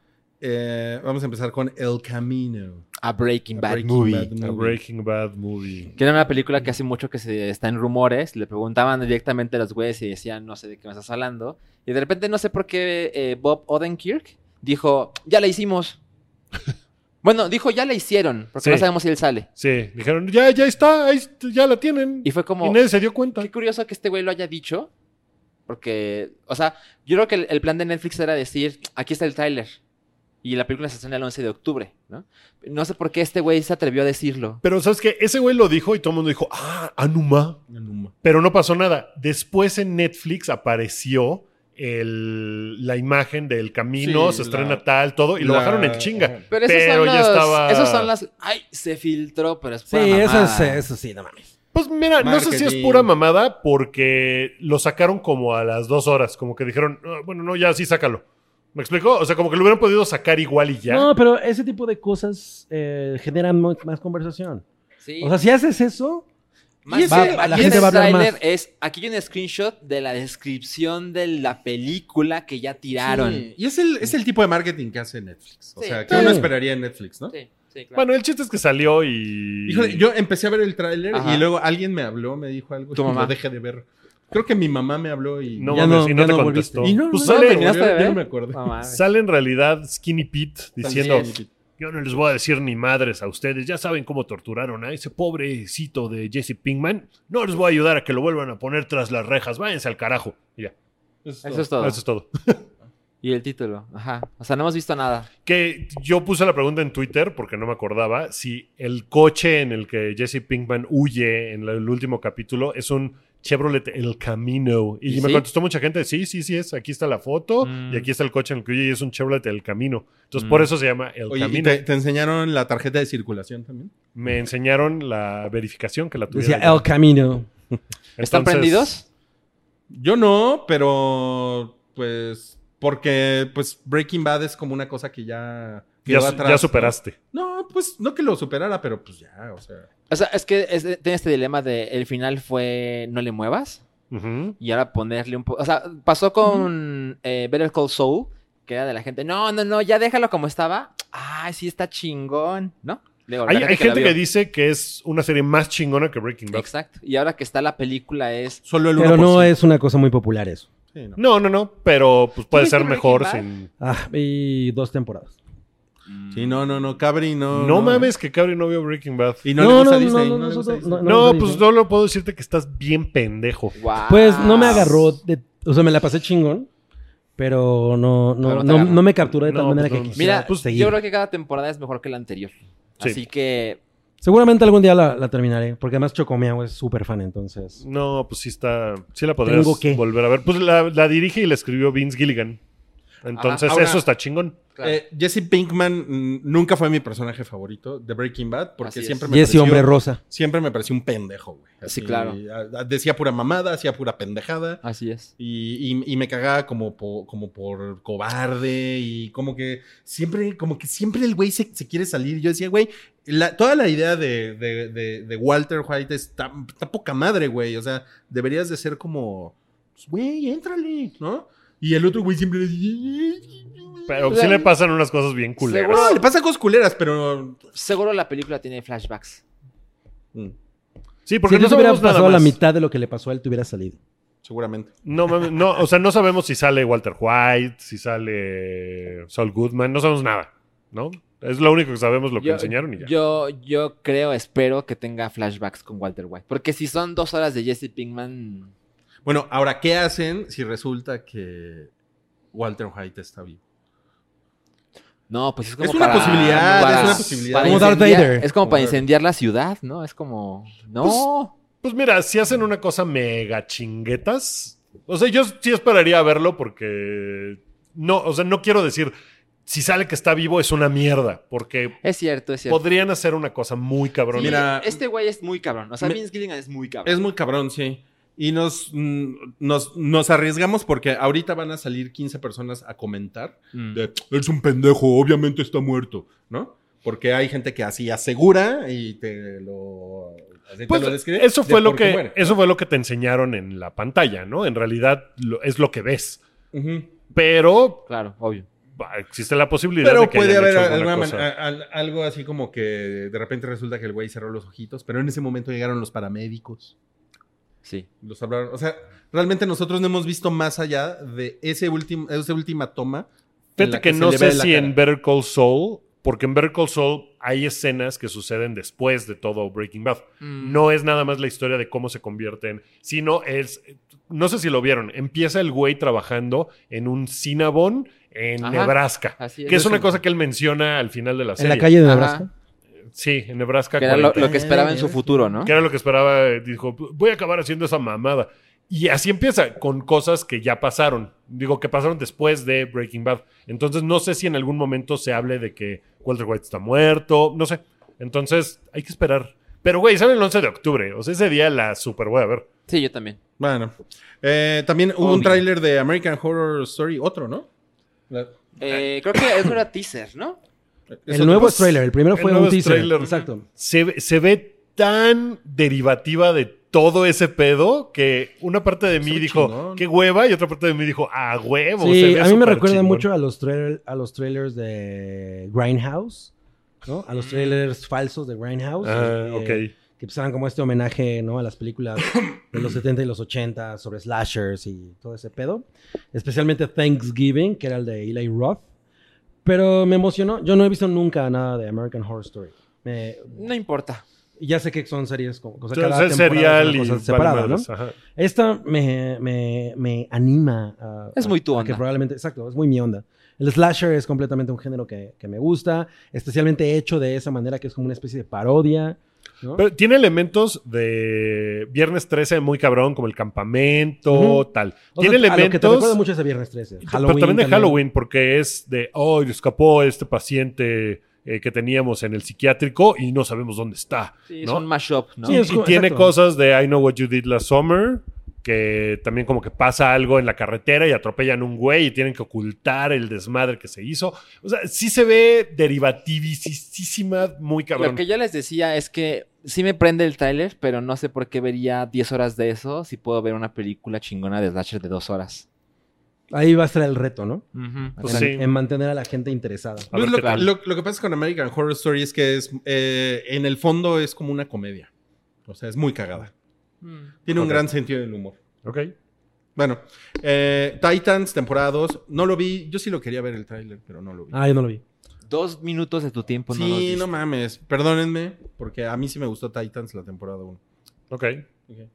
C: Eh, vamos a empezar con El Camino.
D: A Breaking
C: A
D: Bad
C: Breaking
D: Movie.
C: Bad
B: A
C: Movie.
B: Breaking Bad movie.
D: Que era una película que hace mucho que se está en rumores. Le preguntaban directamente a los güeyes y decían, no sé de qué me estás hablando. Y de repente, no sé por qué eh, Bob Odenkirk dijo, ya la hicimos. bueno, dijo, ya la hicieron, porque
B: Sí.
D: no sabemos si él sale.
B: Sí, dijeron, ya, ya está, ahí est- ya la tienen.
D: Y
B: Y,
D: fue como,
B: nadie se dio cuenta.
D: qué curioso que este güey lo haya dicho. Porque, o sea, yo creo que el, el plan de Netflix era decir, aquí está el tráiler. Y la película se estrena el 11 de octubre, ¿no? No sé por qué este güey se atrevió a decirlo.
B: Pero sabes que ese güey lo dijo y todo el mundo dijo, ah, Anuma.
C: Numa.
B: Pero no pasó nada. Después en Netflix apareció el- la imagen del camino,
C: Sí,
B: se
C: la-
B: estrena tal, todo, y lo
C: la-
B: bajaron en
C: ajá.
B: chinga.
D: Pero, esos
B: Pero
D: son
B: ya
D: los,
B: estaba-
D: Esos son las. Ay, se filtró, pero es
E: Sí,
D: pura
E: eso, es,
D: mamada.
E: eso sí, no mames.
B: Pues mira, no sé si es
C: Marketing.
B: pura mamada porque lo sacaron como a las dos horas, como que dijeron, "Ah, bueno, no, ya sí, sácalo. ¿Me explicó? O sea, como que lo hubieran podido sacar igual y ya.
E: No, pero ese tipo de cosas eh, generan mo- más conversación.
D: Sí.
E: O sea, si haces eso,
D: Más-
E: y ese-
D: va-
E: la
D: aquí
E: gente
D: en
E: va a
D: el
E: hablar
D: tráiler
E: más.
D: es. Aquí hay un screenshot de la descripción de la película que ya tiraron.
C: Sí. Y es el, es el tipo de marketing que hace Netflix. O
D: Sí.
C: sea, que uno
E: Sí.
C: esperaría en Netflix, ¿no?
D: Sí. Sí, claro.
B: Bueno, el chiste es que salió y.
C: Híjole, yo empecé a ver el tráiler
D: Ajá.
C: y luego alguien me habló, me dijo algo.
D: Tu
C: y
D: mamá.
C: lo dejé de ver. Creo que mi mamá me habló y.
B: No
E: Ya
B: mames,
E: no-
B: y no
E: ya
B: te
E: no
B: contestó.
E: volviste.
C: Y no,
B: pues
C: no,
B: sale,
C: no,
D: ¿Terminaste de
C: yo- yo
D: ver?
C: no me acordé.
B: Ah,
D: No mames.
B: sale en realidad Skinny Pete diciendo:
C: También.
B: Yo no les voy a decir ni madres a ustedes. Ya saben cómo torturaron a ese pobrecito de Jesse Pinkman. No les voy a ayudar a que lo vuelvan a poner tras las rejas. Váyanse al carajo. Y ya,
D: Eso es todo.
B: eso es todo.
D: Y el título. Ajá. O sea, no hemos visto nada.
B: Que yo puse la pregunta en Twitter porque no me acordaba si el coche en el que Jesse Pinkman huye en la- el último capítulo es un Chevrolet El Camino. Y
D: ¿Y
B: me
D: sí?
B: contestó mucha gente, sí, sí, sí es. Aquí está la foto
D: Mm.
B: y aquí está el coche en el que huye y es un Chevrolet El Camino. Entonces
D: Mm.
B: por eso se llama El
C: Oye, ¿y
B: Camino.
C: te, te enseñaron la tarjeta de circulación también?
B: Me enseñaron la verificación que la
E: Decía "Oh,
B: tuviera. yo.
E: El Camino.
D: ¿Están
B: Entonces,
D: prendidos?
C: Yo no, pero pues porque pues Breaking Bad es como una cosa que ya
B: Ya,
C: quedó
B: su-
C: atrás,
B: ya
C: ¿no?
B: superaste.
C: No, pues no que lo superara, pero pues ya, o sea.
D: O sea, es que es- tiene este dilema de el final fue no le muevas
B: Ujú.
D: y ahora ponerle un poco... O sea, pasó con eh, Better Call Saul, que era de la gente, no, no, no, ya déjalo como estaba. Ay, sí está chingón, ¿no? Digo, la
B: Hay, hay
D: la
B: gente
D: vio.
B: que dice que es una serie más chingona que Breaking Bad.
D: Exacto. Y ahora que está la película es...
C: Solo el 1%.
E: Pero no es una cosa muy popular eso.
C: Sí, no.
B: No, no, no, pero pues puede
D: ¿Sí
B: ser
D: viste
B: mejor
D: Breaking
B: sin...
E: Ah, y dos temporadas.
C: Sí, no, no, no, Cabri no.
B: No, mames que Cabri no vio Breaking Bad.
C: Y no, le gusta Disney. No, le gusta
E: nosotros-
C: Disney.
E: nos
B: No,
E: da
B: pues
E: Disney.
B: solo puedo decirte que estás bien pendejo.
D: mm, Guau.
E: Pues no me agarró, de- o sea, me la pasé chingón, pero no, no,
D: Pero no te
E: no,
D: agarró.
E: no me capturó de tal
B: No,
E: manera
B: pues
E: que
B: no.
E: quisiera
D: Mira,
B: pues,
E: seguir.
D: yo creo que cada temporada es mejor que la anterior.
B: Sí.
D: Así que
E: Seguramente algún día la, la terminaré, porque además Chocomiao es súper fan, entonces.
B: No, pues sí está. Sí la podrías
E: Tengo que.
B: volver a ver. Pues la, la dirige y la escribió Vince Gilligan. Entonces,
C: Ahora-
B: eso está chingón.
D: claro.
C: Eh, Jesse Pinkman mm, nunca fue mi personaje favorito de Breaking Bad porque
D: Así es.
C: siempre me
E: Y ese
C: pareció-
E: hombre rosa.
C: siempre me pareció un pendejo, güey.
D: Sí, claro.
C: a- a- Decía pura mamada, hacía pura pendejada.
D: así es.
C: Y, y- y me cagaba como, po- como por cobarde y como que siempre, como que siempre el güey se, se quiere salir. Yo decía, güey, la- toda la idea de, de- de- de Walter White está, está poca madre, güey. O sea, deberías de ser como, pues, güey, éntrale, ¿no? Y el otro güey siempre le dice,
B: Pero sí le pasan unas cosas bien culeras.
D: Seguro-
C: no, le pasa cosas culeras, pero...
D: Seguro la película tiene flashbacks.
C: mm,
B: Sí, porque
E: si
B: no
E: no hubiera
B: sabemos nada
E: pasado
B: más.
E: la mitad de lo que le pasó a él, te hubiera salido.
C: seguramente.
B: No, mames, no, o sea, no sabemos si sale Walter White, si sale Saul Goodman, no sabemos nada, ¿no? Es lo único que sabemos, lo que enseñaron y ya.
D: Yo, yo creo, espero que tenga flashbacks con Walter White. Porque si son dos horas de Jesse Pinkman.
C: Bueno, ahora, ¿qué hacen si resulta que Walter White está vivo?
D: No, pues es como
C: Es una
D: para-
C: posibilidad,
D: para-
C: es una posibilidad.
D: para
E: Como Darth
D: incendiar-
E: Vader.
D: Es como
C: Como
D: para
C: Darth-
D: incendiar la ciudad, ¿no? Es como. No.
B: Pues mira, si hacen una cosa mega chinguetas, o sea, yo sí esperaría verlo porque no, o sea, no quiero decir si sale que está vivo es una mierda, porque
D: es cierto, es cierto.
B: podrían hacer una cosa muy
D: Sí,
B: cabrona.
C: Mira,
D: este güey es muy cabrón. O sea,
C: Me-
D: Vince Gilligan es muy cabrón.
C: Es muy cabrón, sí. Y nos, mm, nos, nos arriesgamos porque ahorita van a salir 15 personas a comentar.
D: Mm.
C: De, es un pendejo, obviamente está muerto, ¿no? Porque hay gente que así asegura y te lo, así te
B: Pues,
C: lo describe.
B: eso
C: de
B: fue lo
C: por qué
B: que
C: muere.
B: eso fue lo que te enseñaron en la pantalla, ¿no? En realidad lo- es lo que ves,
C: Ujú.
B: pero
D: Claro, obvio.
B: bah, existe la posibilidad de
C: Pero
B: que
C: puede
B: hayan
C: haber
B: hecho
C: alguna eh,
B: cosa.
C: man- a- al- algo así como que de repente resulta que el güey cerró los ojitos, pero en ese momento llegaron los paramédicos.
D: Sí.
C: Los hablaron. O sea, realmente nosotros no hemos visto más allá de ese último, esa última toma. en la
B: Fíjate que,
C: se
B: no
C: le ve
B: sé
C: la
B: si
C: cara.
B: en Better Call Saul, porque en Better Call Saul hay escenas que suceden después de todo Breaking Bad.
C: Mm.
B: No es nada más la historia de cómo se convierten, sino es. No sé si lo vieron. Empieza el güey trabajando en un Cinnabon en
D: Ajá.
B: Nebraska.
D: Así es.
B: que es una
D: Eso.
B: cosa que él menciona al final de la
E: En
B: serie.
E: la calle de
D: Ajá.
E: Nebraska.
B: Sí, en Nebraska.
D: Que era lo,
B: 40.
D: lo que esperaba en su futuro, ¿no?
B: Que era lo que esperaba. eh, Dijo, voy a acabar haciendo esa mamada. Y así empieza, con cosas que ya pasaron. Digo, que pasaron después de Breaking Bad. Entonces, no sé si en algún momento se hable de que Walter White está muerto. No sé. Entonces, hay que esperar. Pero, güey, sale el 11 de octubre. O sea, ese día la super voy a ver.
D: Sí, yo también.
C: Bueno, eh, también
B: Oh,
C: hubo un
D: Obvio.
C: tráiler de American Horror Story, otro, ¿no? La-
D: Eh, creo que eso era teaser, ¿no?
C: es
E: El
C: otro.
E: nuevo
B: pues,
E: es trailer, el primero
B: el
E: fue
B: nuevo
E: un
B: es
E: teaser.
B: trailer.
E: Exacto.
B: se, ve- se ve tan derivativa de todo ese pedo que una parte de mí
C: ve
B: dijo,
C: chingón.
B: qué hueva, y otra parte de mí dijo, ah, huevo. se
E: Sí,
B: ve
E: a mí me
B: súper
E: recuerda
B: chingón".
E: mucho a los, trailer- a los trailers de Grindhouse. ¿no? A los trailers falsos de Grindhouse.
B: Mm. Ah,
E: este,
B: ok.
E: Que empezaban como este homenaje, ¿no? A las películas de los 70 y los 80 sobre slashers y todo ese pedo. Especialmente Thanksgiving, que era el de Eli Roth. Pero me emocionó. Yo no he visto nunca nada de American Horror Story. Me-
D: No importa.
E: ya sé que son series como... o sea, cada
B: Entonces,
E: temporada es
B: serial
E: una
B: y
E: cosa
B: vale
E: separada, ¿no?
B: madres, ajá.
E: Esta me, me- me anima a...
D: Es muy tu
E: a Que
D: onda.
E: probablemente, exacto, es muy mi onda. El slasher es completamente un género que, que me gusta, especialmente hecho de esa manera que es como una especie de parodia. ¿no?
B: Pero tiene elementos de Viernes 13 muy cabrón, como el campamento,
E: Ujú.
B: tal.
E: O
B: tiene
E: sea, a lo que te
B: elementos.
E: recuerda mucho es de Viernes 13.
B: pero también de Halloween, porque es de, oh, escapó este paciente eh, que teníamos en el psiquiátrico y no sabemos dónde está.
D: Sí,
B: ¿no?
D: es un mashup, ¿no?
E: Sí, es-
B: y tiene
E: exacto.
B: cosas de I Know What You Did Last Summer, que también como que pasa algo en la carretera y atropellan un güey y tienen que ocultar el desmadre que se hizo. O sea, sí se ve derivativísima, muy
D: Lo
B: cabrón.
D: que yo les decía es que sí me prende el tráiler, pero no sé por qué vería 10 horas de eso si puedo ver una película chingona de slasher de dos horas.
E: Ahí va a estar el reto, ¿no?
B: Pues
E: en,
B: sí. Ah.
E: en mantener a la gente interesada.
B: A ver
C: Pues lo,
B: qué tal.
C: lo- lo que pasa con American Horror Story es que es, eh, en el fondo es como una comedia. O sea, es muy cagada. Tiene un
B: Ok.
C: gran sentido del humor.
B: Ok.
C: Bueno, eh, Titans, temporada 2. No lo vi. Yo sí lo quería ver el tráiler, pero no lo vi.
E: Ah, pues yo no lo vi.
D: Dos minutos de tu tiempo no los
C: sí,
D: diste.
C: no, mames. Perdónenme, porque a mí sí me gustó Titans la temporada 1.
B: Ok.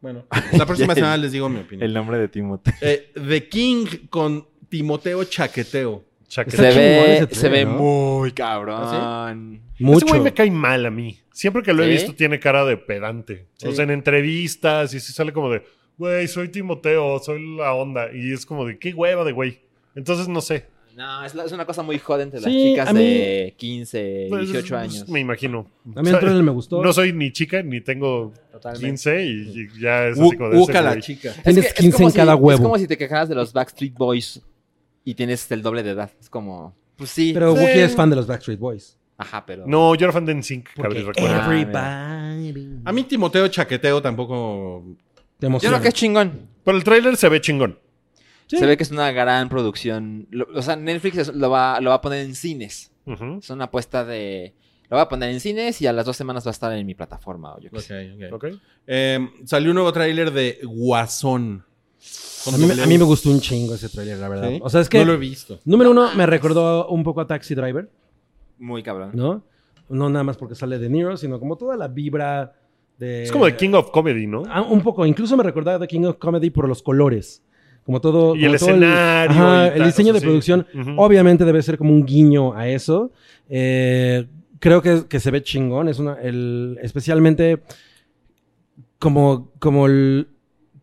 C: Bueno, la próxima semana les digo mi opinión.
D: El nombre de Timote.
C: Eh, The King con Timoteo Chaqueteo.
B: Chaqueta.
E: Está
D: Se
E: chingón
D: ve,
E: ese
D: se ve
E: trailer, ¿no? ¿Ah,
D: muy cabrón.
E: Mucho.
B: Ese güey me cae mal a mí. Siempre que lo he
D: ¿Sí?
B: visto tiene cara de pedante. O
C: Sí.
B: sea, en entrevistas y sí sale como de, güey, soy Timoteo, soy la onda. Y es como de, qué hueva de güey. Entonces, no sé.
D: No, es, la- es una cosa muy joven entre las
E: Sí, a
D: chicas
E: mí-
D: de 15,
B: Pues,
D: 18
B: pues,
D: Eh, años.
B: Me imagino.
E: A mí el
B: O sea,
E: trailer me gustó.
B: No soy ni chica ni tengo
D: Totalmente.
B: 15 y, y ya es así como de ese
C: Uca la
B: güey.
C: chica.
E: Tienes
D: que-
E: 15 en
D: como si-
E: cada huevo.
D: Es como si te quejaras de los Backstreet Boys y tienes el doble de edad. Es como, pues sí.
E: Pero
B: Sí.
E: Wookiee es fan de los Backstreet Boys.
D: Ajá, pero.
B: No, yo era fan de NSYNC,
E: Porque
B: cabrón, recuerda.
D: Ah,
E: everybody.
C: A mí Timoteo Chaqueteo tampoco...
E: Te
D: Yo
E: emociona.
D: creo que es chingón.
B: Pero el tráiler se ve chingón.
E: Sí.
D: Se ve que es una gran producción. Lo- o sea, Netflix es- lo va, lo va a poner en cines.
B: Ujú,
D: Es una apuesta de. Lo va a poner en cines y a las dos semanas va a estar en mi plataforma. O yo
B: Pues
D: qué
C: Ok,
D: sé.
C: ok.
B: ok.
C: Eh, salió un nuevo tráiler de Guasón. Con
E: A mí,
C: doble
E: a mí me
C: U.
E: gustó un chingo ese trailer, la verdad.
C: ¿Sí?
E: O sea, es que,
C: No lo he visto.
E: número uno, me recordó un poco a Taxi Driver,
D: Muy cabrón.
E: ¿no? No nada más porque sale de Niro, sino como toda la vibra de...
B: Es como de King of Comedy, ¿no?
E: Eh, Ah, un poco, incluso me recordaba a The King of Comedy por los colores. Como todo.
B: Y
E: como
B: el
E: todo
B: escenario
E: ajá,
B: y
E: el
B: tal,
E: diseño
B: o sea,
E: de
B: sí.
E: producción,
B: Ujú.
E: obviamente, debe ser como un guiño a eso. Eh, creo que, que se ve chingón. Es una. el- especialmente. Como. Como el-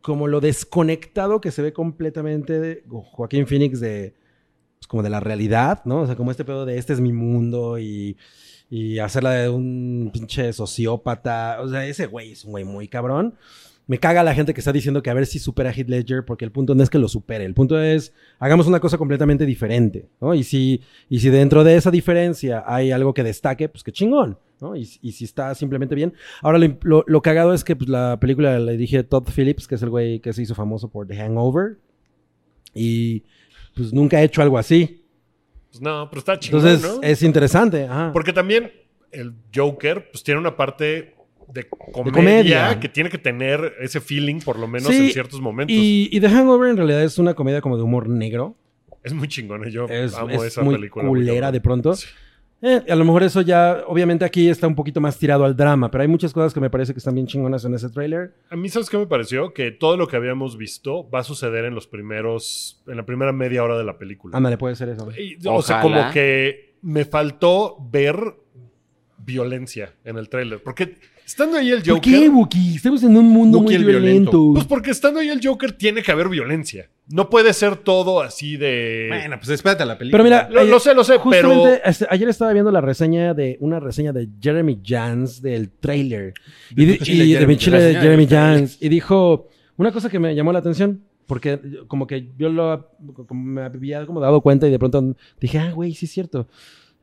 E: Como lo desconectado que se ve completamente de Joaquín Phoenix de. pues, como de la realidad, ¿no? O sea, como este pedo de este es mi mundo y. Y hacerla de un pinche sociópata. O sea, ese güey es un güey muy cabrón. Me caga la gente que está diciendo que a ver si supera a Heath Ledger, porque el punto no es que lo supere, el punto es hagamos una cosa completamente diferente, ¿no? Y si, y si dentro de esa diferencia hay algo que destaque, pues qué chingón, ¿no? Y, y si está simplemente bien. Ahora, lo, lo- lo cagado es que pues, la película la dirige Todd Phillips, que es el güey que se hizo famoso por The Hangover, y pues nunca ha hecho algo así.
B: Pues no, pero está chingón,
E: Entonces,
B: ¿no?
E: es interesante, ajá.
B: Porque también el Joker pues tiene una parte de comedia,
E: comedia.
B: que tiene que tener ese feeling por lo menos
E: Sí,
B: en ciertos momentos.
E: Y, y The Hangover en realidad es una comedia como de humor negro.
B: Es muy chingón, yo
E: Es,
B: amo
E: es
B: esa
E: muy
B: película. muy
E: culera
B: cabrón.
E: de pronto.
B: Sí.
E: Eh, a lo mejor eso ya, obviamente aquí está un poquito más tirado al drama, pero hay muchas cosas que me parece que están bien chingonas en ese tráiler.
B: A mí, ¿sabes qué me pareció? Que todo lo que habíamos visto va a suceder en los primeros, en la primera media hora de la película.
E: Ándale, puede ser eso.
B: Y, o sea,
D: Ojalá.
B: como que me faltó ver violencia en el tráiler. Porque estando ahí el Joker.
E: ¿Por qué, Wookie? Estamos en un mundo
C: Wookiee
E: muy
C: el violento.
E: violento.
B: Pues porque estando ahí el Joker tiene que haber violencia. No puede ser todo así de.
C: Bueno, pues espérate a la película.
E: Pero mira,
B: lo, lo sé, lo sé, pero.
E: justamente este, ayer estaba viendo la reseña de una reseña de Jeremy Jans del tráiler.
C: De
E: y,
C: mi
E: di-
C: chile,
E: y de
C: Jeremy
E: mi chile
C: Jans.
E: Jeremy Jans. Y dijo una cosa que me llamó la atención. Porque como que yo lo como me había como dado cuenta y de pronto dije, ah, güey, sí es cierto.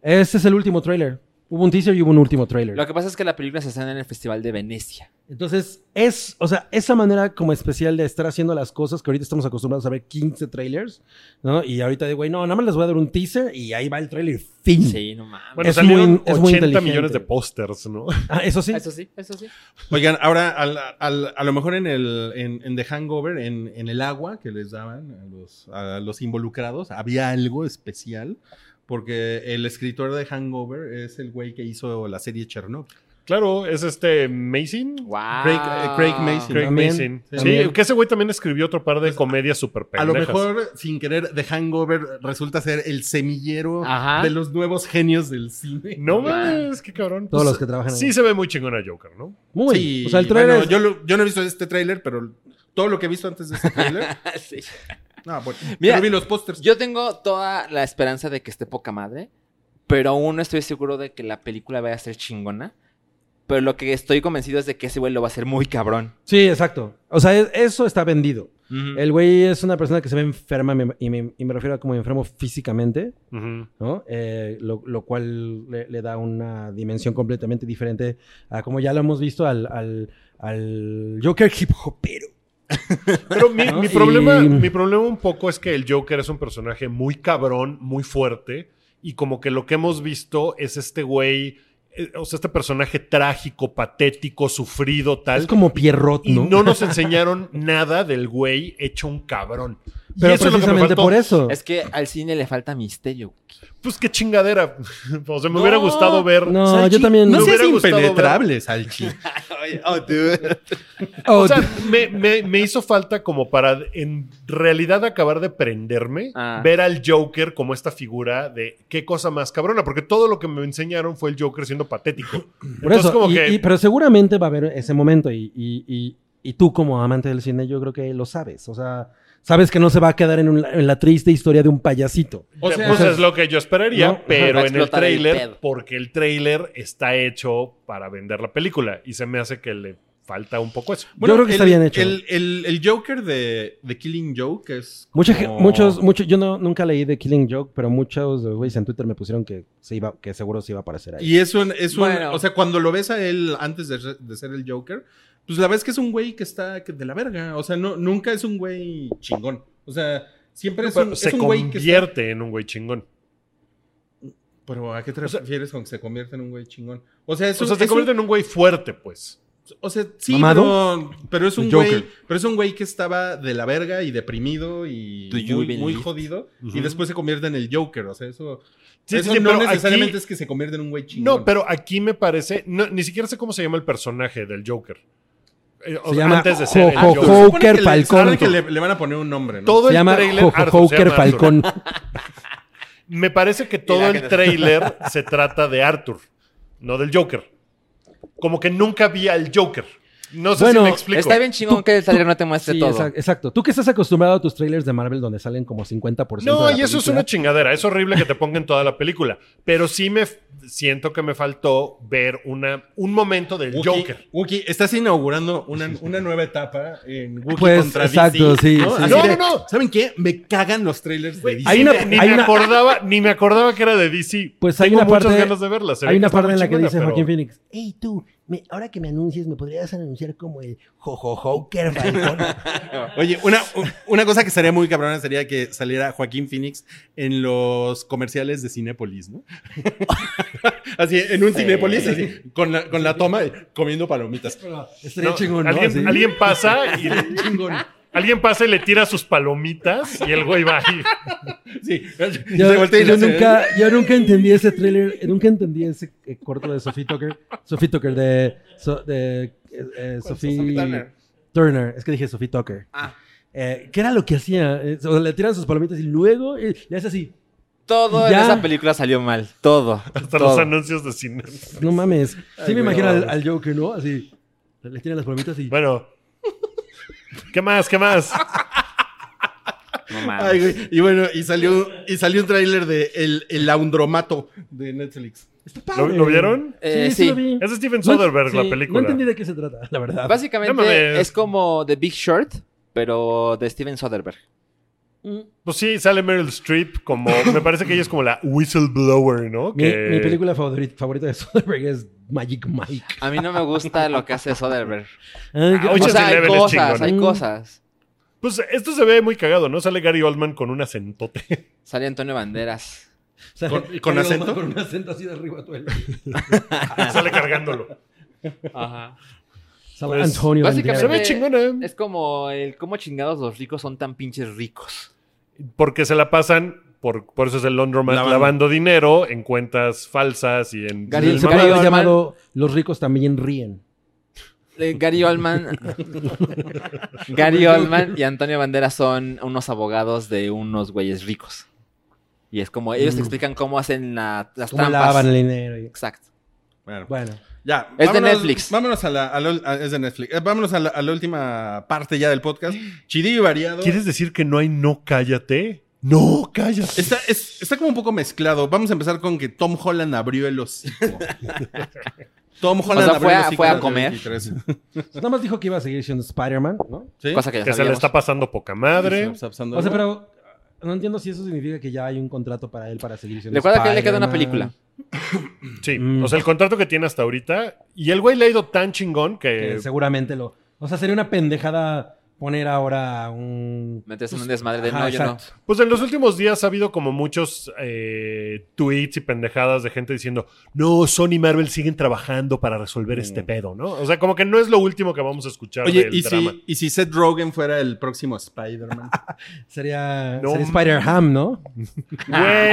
E: Este es el último tráiler. Hubo un teaser y hubo un último trailer.
D: Lo que pasa es que la película se estrena en el Festival de Venecia.
E: Entonces, es, o sea, esa manera como especial de estar haciendo las cosas que ahorita estamos acostumbrados a ver 15 trailers, ¿no? Y ahorita digo, güey, no, nada más les voy a dar un teaser y ahí va el trailer, fin.
D: Sí, no mames.
B: Bueno,
E: Es
B: salieron
E: muy- es muy
B: 80
E: inteligente.
B: millones de pósters, ¿no?
E: Ah, eso sí.
D: Eso sí, eso sí.
C: Oigan, ahora al- al- a lo mejor en el en, en The Hangover, en, en el agua que les daban a los, a los involucrados, había algo especial. Porque el escritor de Hangover es el güey que hizo la serie Chernobyl.
B: Claro, es este Mason.
D: Wow.
C: Craig- eh, Craig Mason.
B: Craig
E: También,
B: Mason. Sí,
E: también.
B: que ese güey también escribió otro par de comedias super
C: Pues, A
B: pendejas.
C: lo mejor, sin querer, The Hangover resulta ser el semillero
D: Ajá.
C: de los nuevos genios del cine.
B: No
D: Man.
B: mames, qué cabrón.
E: Todos
B: Pues,
E: los que trabajan ahí.
B: Sí se ve muy chingona Joker, ¿no?
E: Muy.
C: Sí,
E: o sea, el trailer
C: bueno,
E: es-
C: yo, lo- yo no he visto este tráiler, pero todo lo que he visto antes de este tráiler...
D: Sí.
C: no, bueno,
D: Mira,
C: pero vi los pósters.
D: Yo tengo toda la esperanza de que esté poca madre, pero aún no estoy seguro de que la película vaya a ser chingona. Pero lo que estoy convencido es de que ese güey lo va a hacer muy cabrón.
E: Sí, exacto. O sea, es- eso está vendido.
D: Mm.
E: El güey es una persona que se ve enferma me- y me, y me refiero a como enfermo físicamente,
B: Ujú.
E: ¿no? Eh, lo, lo cual le, le da una dimensión completamente diferente a como ya lo hemos visto al, al, al Joker hip hopero.
B: Pero mi,
E: ¿No?
B: mi
E: Y-
B: problema, mi problema un poco es que el Joker es un personaje muy cabrón, muy fuerte, y como que lo que hemos visto es este güey, eh, o sea, este personaje trágico, patético, sufrido, tal.
E: Es como Pierrot,
B: y
E: ¿no?
B: ¿no? nos enseñaron nada del güey hecho un cabrón. Y
E: Pero
B: eso es lo que me
E: precisamente
B: faltó.
E: por eso.
D: Es que al cine le falta misterio.
B: Pues qué chingadera. o sea, me
D: No.
B: hubiera gustado ver.
E: No,
C: Salchi,
E: yo también.
C: No
B: Me
C: seas
B: hubiera gustado
C: impenetrable, Salchi.
E: Oh,
B: O sea, me, me- me hizo falta como para en realidad acabar de prenderme,
D: Ah.
B: ver al Joker como esta figura de qué cosa más cabrona, porque todo lo que me enseñaron fue el Joker siendo patético.
E: por
B: Entonces,
E: eso.
B: como
E: y-
B: que.
E: y- pero seguramente va a haber ese momento. Y, y- y- y tú, como amante del cine, yo creo que lo sabes. O sea, sabes que no se va a quedar en, un- en la triste historia de un payasito.
C: O sea,
B: pues es lo que yo esperaría,
E: No, ajá,
B: pero
D: va a
B: en el
D: explotar el
B: tráiler,
D: pedo.
B: porque el tráiler está hecho para vender la película y se me hace que le falta un poco eso.
E: Yo creo que está
C: el-
E: bien hecho.
C: El, el- el Joker de, de Killing Joke es.
E: Mucha ge-
C: como-
E: Muchos, muchos, yo no, nunca leí de Killing Joke, pero muchos de los güeyes en Twitter me pusieron que se iba, que seguro se iba a aparecer ahí.
C: Y es un. Es un-
D: Bueno.
C: O sea, cuando lo ves a él antes de, ser- de ser el Joker, pues la ves que es un güey que está que de la verga. O sea, no, nunca es un güey chingón. O sea, siempre es
B: Pero
C: un, es
B: se
C: un güey que.
B: convierte
C: está-
B: en un güey chingón.
C: Pero ¿a qué te
B: sea-
C: refieres con que se convierte en un güey chingón? O sea, es
B: o
C: un-
B: sea, se
C: es un-
B: convierte en un güey fuerte, pues.
C: O sea, sí,
E: ¿Mamado?
C: pero, pero es un
E: El Joker.
C: güey, pero es un güey que estaba de la verga y deprimido y
D: Do you
C: muy,
D: believe?
C: muy jodido
B: Ujú.
C: y después se convierte en el Joker, o sea, eso,
B: Sí,
C: eso
B: sí, sí,
C: no
B: pero
C: necesariamente
B: aquí-
C: es que se convierte en un güey chingón.
B: No, pero aquí me parece, no, ni siquiera sé cómo se llama el personaje del Joker. Eh, o
E: Se
B: sea,
E: llama
B: antes de ser el
E: Jojo.
B: Joker.
C: Se supone
E: Joker
C: que le-
E: Falcón.
C: saben que le, le van a poner un nombre, ¿no?
B: Todo
E: se
B: el
E: llama
B: trailer,
E: Jojo
B: Arthur, se
E: Joker
B: llama Arthur.
E: Falcón.
B: Me parece que todo el trailer se trata de Arthur, no del Joker. Como que nunca vi al Joker. No sé
E: Bueno,
B: si me explico.
D: Está bien chingón que el trailer no te muestre
E: Sí,
D: todo.
E: exa- exacto. Tú que estás acostumbrado a tus trailers de Marvel donde salen como 50%.
B: No,
E: de la
B: y eso es
E: película.
B: una chingadera. Es horrible que te pongan toda la película. Pero sí me f- siento que me faltó ver una, un momento del
C: Wookie,
B: Joker.
C: Wookie, estás inaugurando una, una nueva etapa en Wookie
E: Pues,
C: contra
E: exacto,
C: DC,
E: sí,
C: ¿no?
E: sí.
C: Así
B: No,
C: de,
B: no, no.
C: ¿Saben qué? Me cagan los trailers de DC.
E: Hay una-
B: ni, ni
E: hay
B: me
E: una-
B: acordaba, ni me acordaba que era de DC.
E: Pues hay
B: Tengo
E: una
B: muchas
E: parte-
B: ganas de verla. Se ve
E: Hay una
B: está
E: parte
B: muy
E: en la que
B: chingona,
E: dice
B: pero-
E: Joaquín Phoenix.
F: Hey tú, me- ahora que me anuncies, ¿me podrías anunciar como el Joker Falcón?
C: Oye, una, una cosa que sería muy cabrona sería que saliera Joaquín Phoenix en los comerciales de Cinépolis, ¿no? así, en un Cinépolis, así, con la, con la toma y comiendo palomitas.
E: Estaría
B: No,
E: chingón, ¿no?
B: alguien,
E: Así.
B: alguien pasa y
C: Chingón.
B: alguien pasa y le tira sus palomitas y el güey va ahí.
C: Sí.
E: Yo,
C: Se voltea y
E: yo
C: hace-
E: nunca, yo nunca entendí ese trailer, nunca entendí ese eh, corto de Sophie Tucker. Sophie Tucker de, so- de, eh, eh, Sophie, Turner. Es que dije Sophie Tucker.
D: Ah.
E: Eh, ¿Qué era lo que hacía? Eh, o sea, le tiran sus palomitas y luego eh, le hace así.
D: Todo en
E: Ya.
D: esa película salió mal. Todo.
B: Hasta
D: todo.
B: los anuncios de cine.
E: No mames. Sí me
C: güey,
E: imagino
C: no
E: al,
C: mames.
E: al Joker, ¿no? Así. Le tiran las palomitas y.
B: Bueno. ¿Qué más? ¿Qué más?
D: No mames.
C: Ay, güey. Y bueno, y salió, y salió un tráiler de El, el Laundromato de Netflix.
E: "Está
B: ¿Lo,
E: padre".
B: lo vieron?
D: Eh,
E: sí, sí, lo vi.
B: Es de Steven
E: No-
B: Soderbergh la
E: sí,
B: película.
E: No entendí de qué se trata, la verdad.
D: Básicamente
B: No mames.
D: es como The Big Short, pero de Steven Soderbergh.
B: Pues sí, sale Meryl Streep como. Me parece que ella es como la whistleblower, ¿no?
E: Mi,
B: Que-
E: mi película favorita, favorita de Soderbergh es Magic Mike.
D: A mí no me gusta lo que hace Soderbergh.
E: Ay,
B: Ah,
E: qué-
B: oye,
D: O sea, hay
B: Eleven es
D: cosas,
B: chingón.
D: hay
E: Mm.
D: cosas.
B: Pues esto se ve muy cagado, ¿no? Sale Gary Oldman con un acentote.
D: Sale Antonio Banderas.
E: o sea,
C: ¿Con- y con
E: Gary Oldman
C: acento?
E: Con un acento así de arriba tú. Ah.
B: sale cargándolo.
D: Ajá.
B: Pues,
E: Antonio
B: Se
E: Banderas.
B: ve
D: básicamente-
B: chingona.
D: Es como el cómo chingados los ricos son tan pinches ricos.
B: Porque se la pasan, por, por eso es el laundromat,
C: Lavando.
B: lavando, dinero en cuentas falsas y en...
D: Gary-
B: el
E: Se
B: mamá-
D: Gary
E: puede haber
D: Oldman-
E: llamado Los ricos también ríen.
D: Eh, Gary Oldman. Gary Oldman y Antonio Banderas son unos abogados de unos güeyes ricos. Y es como ellos te explican cómo hacen la- las
E: Mm. Cómo
D: trampas.
E: lavan el dinero. y-
D: Exacto.
C: Bueno,
E: Bueno,
C: ya.
D: Es de Netflix.
C: Vámonos a la, a la- a- es de Netflix. Eh, vámonos a la, a la última parte ya del podcast. Chidillo y variado.
B: ¿Quieres decir que no hay no cállate? No, cállate.
C: Está, es- está como un poco mezclado. Vamos a empezar con que Tom Holland abrió el hocico. Tom Holland
D: sea,
C: abrió
D: fue
C: el
D: a-
C: hocico
D: fue a
C: en el
D: comer.
C: 23.
E: nada más dijo que iba a seguir siendo Spider-Man, ¿no?
C: ¿Sí?
D: Cosa que ya
B: que se le
D: sabíamos.
B: está pasando poca
C: Sí,
B: madre.
C: está pasando
E: O sea,
C: algo.
E: pero ah, no entiendo si eso significa que ya hay un contrato para él para seguir siendo
D: Recuerda que a él le queda una
E: Spider-Man.
D: película.
B: Sí,
E: Mm.
B: o sea, el contrato que tiene hasta ahorita. Y el güey le ha ido tan chingón que...
D: Eh,
E: Que seguramente lo. O sea, sería una pendejada poner ahora un.
D: Meterse en un desmadre de
E: Pues, Ajá,
D: no, yo no.
E: exacto.
B: Pues en los últimos días ha habido como muchos eh, tweets y pendejadas de gente diciendo, no, Sony y Marvel siguen trabajando para resolver este pedo, ¿no? O sea, como que no es lo último que vamos a escuchar
C: Oye,
B: del
C: ¿y
B: drama.
C: si, ¿y si Seth Rogen fuera el próximo Spider-Man?
E: Sería,
B: No.
E: sería Spider-Ham, ¿no?
B: Güey,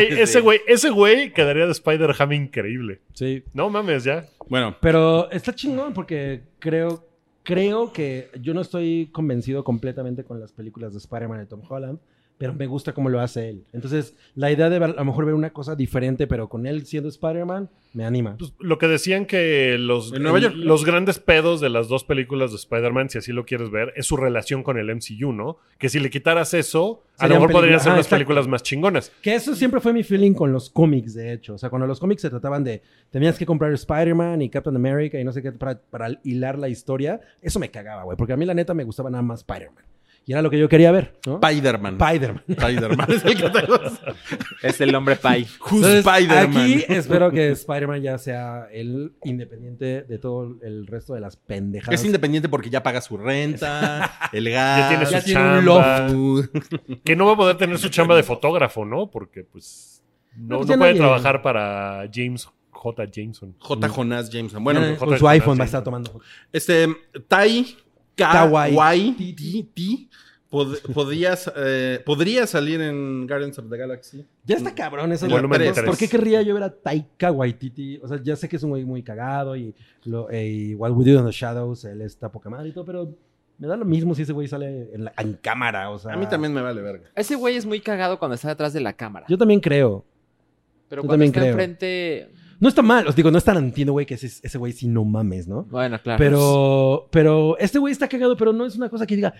D: sí.
B: ese güey, ese güey quedaría de Spider-Ham increíble.
E: Sí.
B: No mames, ya.
C: bueno,
E: Pero está chingón porque creo, creo que yo no estoy convencido completamente con las películas de Spider-Man de Tom Holland, pero me gusta cómo lo hace él. Entonces, la idea de ver- a lo mejor ver una cosa diferente, pero con él siendo Spider-Man, me anima.
B: Pues, lo que decían que los,
C: En Nueva York.
B: los grandes pedos de las dos películas de Spider-Man, si así lo quieres ver, es su relación con el MCU, ¿no? Que si le quitaras eso, a lo
E: Serían
B: mejor podrían
E: películas-
B: ser
E: ah,
B: unas
E: exacto.
B: películas más chingonas.
E: Que eso siempre fue mi feeling con los cómics, de hecho. O sea, cuando los cómics se trataban de tenías que comprar Spider-Man y Captain America y no sé qué para, para hilar la historia, eso me cagaba, güey. Porque a mí, la neta, me gustaba nada más Spider-Man. Y era lo que yo quería ver, ¿no?
C: Spider-Man.
E: Spider-Man.
C: Spider-Man es el que te gusta.
D: Es el hombre pay.
C: Who's
E: Entonces,
C: Spider-Man?
E: Aquí espero que Spider-Man ya sea el independiente de todo el resto de las pendejadas.
C: Es independiente porque ya paga su renta, el gas.
B: Ya tiene su
E: Ya tiene un
B: chamba.
C: loft.
B: Que no va a poder tener su chamba de fotógrafo, ¿no? Porque, pues, no,
E: No, pues
B: no
E: ya
B: puede
E: nadie-
B: trabajar para James J. Jameson. Mm.
C: J. Jonas Jameson.
E: bueno,
C: Bueno,
E: con
B: J-
E: su iPhone
B: sí.
E: va a estar tomando fotos.
C: este. Tai.
E: Kawai.
C: Kawai. Ti- ti, pod- podías, eh, podría salir en Guardians of the Galaxy.
E: Ya está cabrón eso.
C: El
E: de-
C: volumen
E: ¿Por-
C: tres.
E: ¿Por qué querría yo ver a Taika Waititi? O sea, ya sé que es un güey muy cagado y, lo, eh, y What We Do in the Shadows, él está poca madre y todo, pero me da lo mismo si ese güey sale en, la- en cámara. O sea,
C: A mí también me vale verga.
D: Ese güey es muy cagado cuando está detrás de la cámara.
E: Yo también creo.
D: pero
E: yo
D: cuando
E: también
D: está
E: creo.
D: enfrente.
E: No está mal, os digo, no es tan antino, güey, que ese, ese güey sí no mames, ¿no?
D: Bueno, claro. pues,
E: Pero, pero este güey está cagado, pero no es una cosa que diga.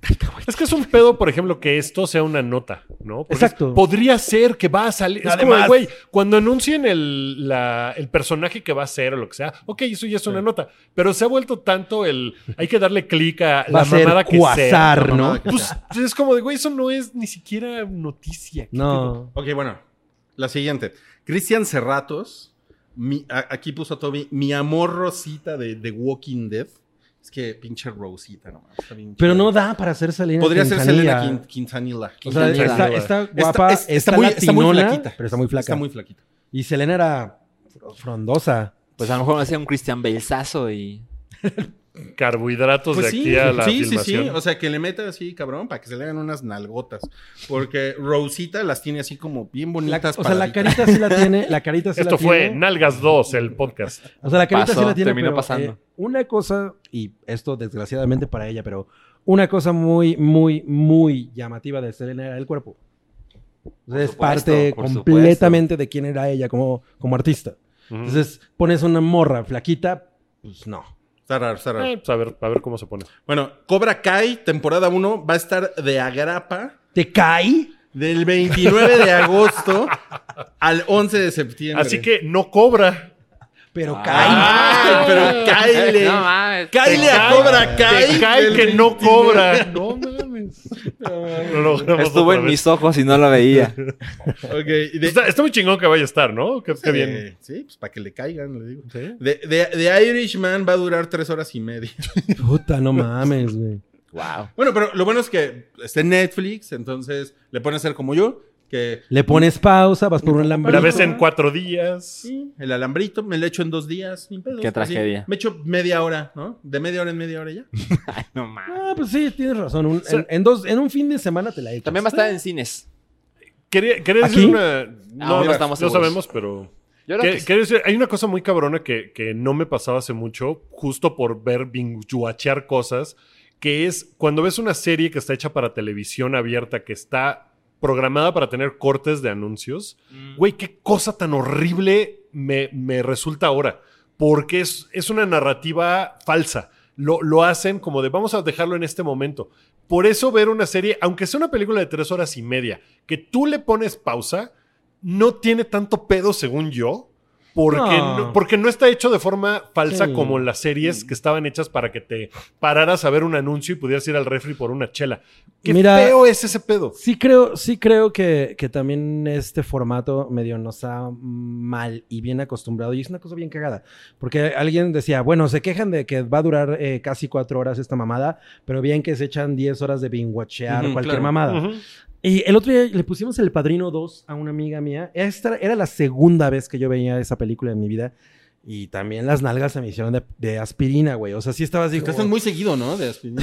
E: Taika Waititi.
B: Es que es un pedo, por ejemplo, que esto sea una nota, ¿no? Porque
E: Exacto.
B: es- podría ser que va a salir. Es como,
E: Además.
B: güey, cuando anuncien el, la- el personaje que va a ser o lo que sea, ok, eso ya es una nota. Pero se ha vuelto tanto el. Hay que darle clic a
E: Va
B: la
E: a ser
B: mamada que sea.
E: cuasar,
C: mamada
E: ¿no?
C: que-
B: Pues es como de, güey, eso no es ni siquiera noticia. ¿qué pedo?
E: No.
C: Ok, bueno. La siguiente. Cristian Cerratos. mi- a- aquí puso a Toby. Mi amor Rosita de The Walking Dead. Es que pinche Rosita nomás. está bien
E: Pero
C: chida.
E: no da para ser Selena
C: Podría ser
E: Quintanilla.
C: Selena Quin- Quintanilla.
E: O sea,
D: Quintanilla.
E: está, está guapa,
C: es-
E: está, muy, flaquita. Pero está muy flaca.
C: Está muy flaquita.
E: Y Selena era fr- frondosa.
D: Pues a lo mejor me hacía un Christian Belsazo y.
B: Carbohidratos
C: Pues
B: de
C: sí,
B: aquí a la
C: sí, sí, sí.
B: filmación.
C: O sea, que le meta así, cabrón, para que se le hagan unas nalgotas. Porque Rosita las tiene así como bien
E: La-
C: bonitas.
E: o sea, la
C: paraditas.
E: carita sí la tiene. La carita sí
B: Esto
E: la
B: fue
E: tiene.
B: Nalgas 2, el podcast.
E: O sea, la carita
D: Pasó,
E: sí la tiene.
D: terminó
E: pero,
D: pasando.
E: eh, una cosa, y esto desgraciadamente para ella, pero una cosa muy, muy, muy llamativa de Selena era el cuerpo. O sea, es
D: supuesto,
E: parte
D: por supuesto.
E: completamente de quién era ella como, como artista.
B: Ujú.
E: Entonces, pones una morra flaquita, pues no.
C: Está raro, está raro.
B: Eh, pues, a, ver, a ver cómo se pone.
C: Bueno, Cobra Kai, temporada 1, va a estar de agrapa
E: ¿Te cae?
C: del 29 de agosto al 11 de septiembre.
B: Así que no cobra.
E: Pero
B: Ah.
C: ¡Ay! Pero cáile.
D: No mames.
C: ¡Cáile a
B: Te cae-
C: Cobra Kai!
B: Te cae
C: del
B: que no
C: 29.
B: cobra. No mames. Lo logramos
D: Estuvo
B: otra vez. Pues
D: en mis ojos y no lo veía.
C: Ok, y de-
B: Está, está muy chingón que vaya a estar, ¿no? Qué, qué bien.
C: Eh, sí, pues para que le caigan, le digo. De, de, de Irishman va a durar tres horas y media.
E: Puta, no mames, güey.
D: Wow.
C: Bueno, pero lo bueno es que está en Netflix, entonces le pueden hacer como yo, que
E: Le pones pausa, vas por un alambrito.
B: La ves en cuatro días.
C: sí, el alambrito me lo echo en dos días, sin pedos,
D: Qué
C: así.
D: tragedia.
C: Me echo media hora, ¿no? De media hora en media hora ya.
D: Ay, no mames.
E: Ah, pues sí, tienes razón. Un- en, en dos, en un fin de semana te la echas.
D: También va a estar en cines.
B: Quería, quería
E: ¿Aquí?
B: decir una. No,
D: no
B: no,
D: estamos seguros.
B: sabemos, pero.
D: Yo creo
B: Que-
D: que sí.
B: quería decir, hay una cosa muy cabrona que, que no me pasaba hace mucho, justo por ver binguachear cosas, que es cuando ves una serie que está hecha para televisión abierta, que está programada para tener cortes de anuncios. Güey, qué cosa tan horrible me, me resulta ahora. Porque es, es una narrativa falsa. Lo, lo hacen como de vamos a dejarlo en este momento. Por eso ver una serie, aunque sea una película de tres horas y media, que tú le pones pausa, no tiene tanto pedo, según yo. Porque
E: No.
B: no. porque no está hecho de forma falsa
E: Sí.
B: como las series que estaban hechas para que te pararas a ver un anuncio y pudieras ir al refri por una chela. Qué
E: Mira-
B: feo es ese pedo.
E: Sí creo, sí creo que, que también este formato medio nos ha mal y bien acostumbrado. Y es una cosa bien cagada. Porque alguien decía, bueno, se quejan de que va a durar eh, casi cuatro horas esta mamada, pero bien que se echan 10 horas de binguachear
C: Ujú,
E: cualquier
C: claro.
E: mamada.
B: Ujú.
E: Y el otro día le pusimos El Padrino 2 a una amiga mía. Esta era la segunda vez que yo veía esa película en mi vida. Y también las nalgas se me hicieron de, de aspirina, güey. O sea, sí estabas... así
C: Ustedes
E: como-
C: están muy seguido, ¿no? De aspirina.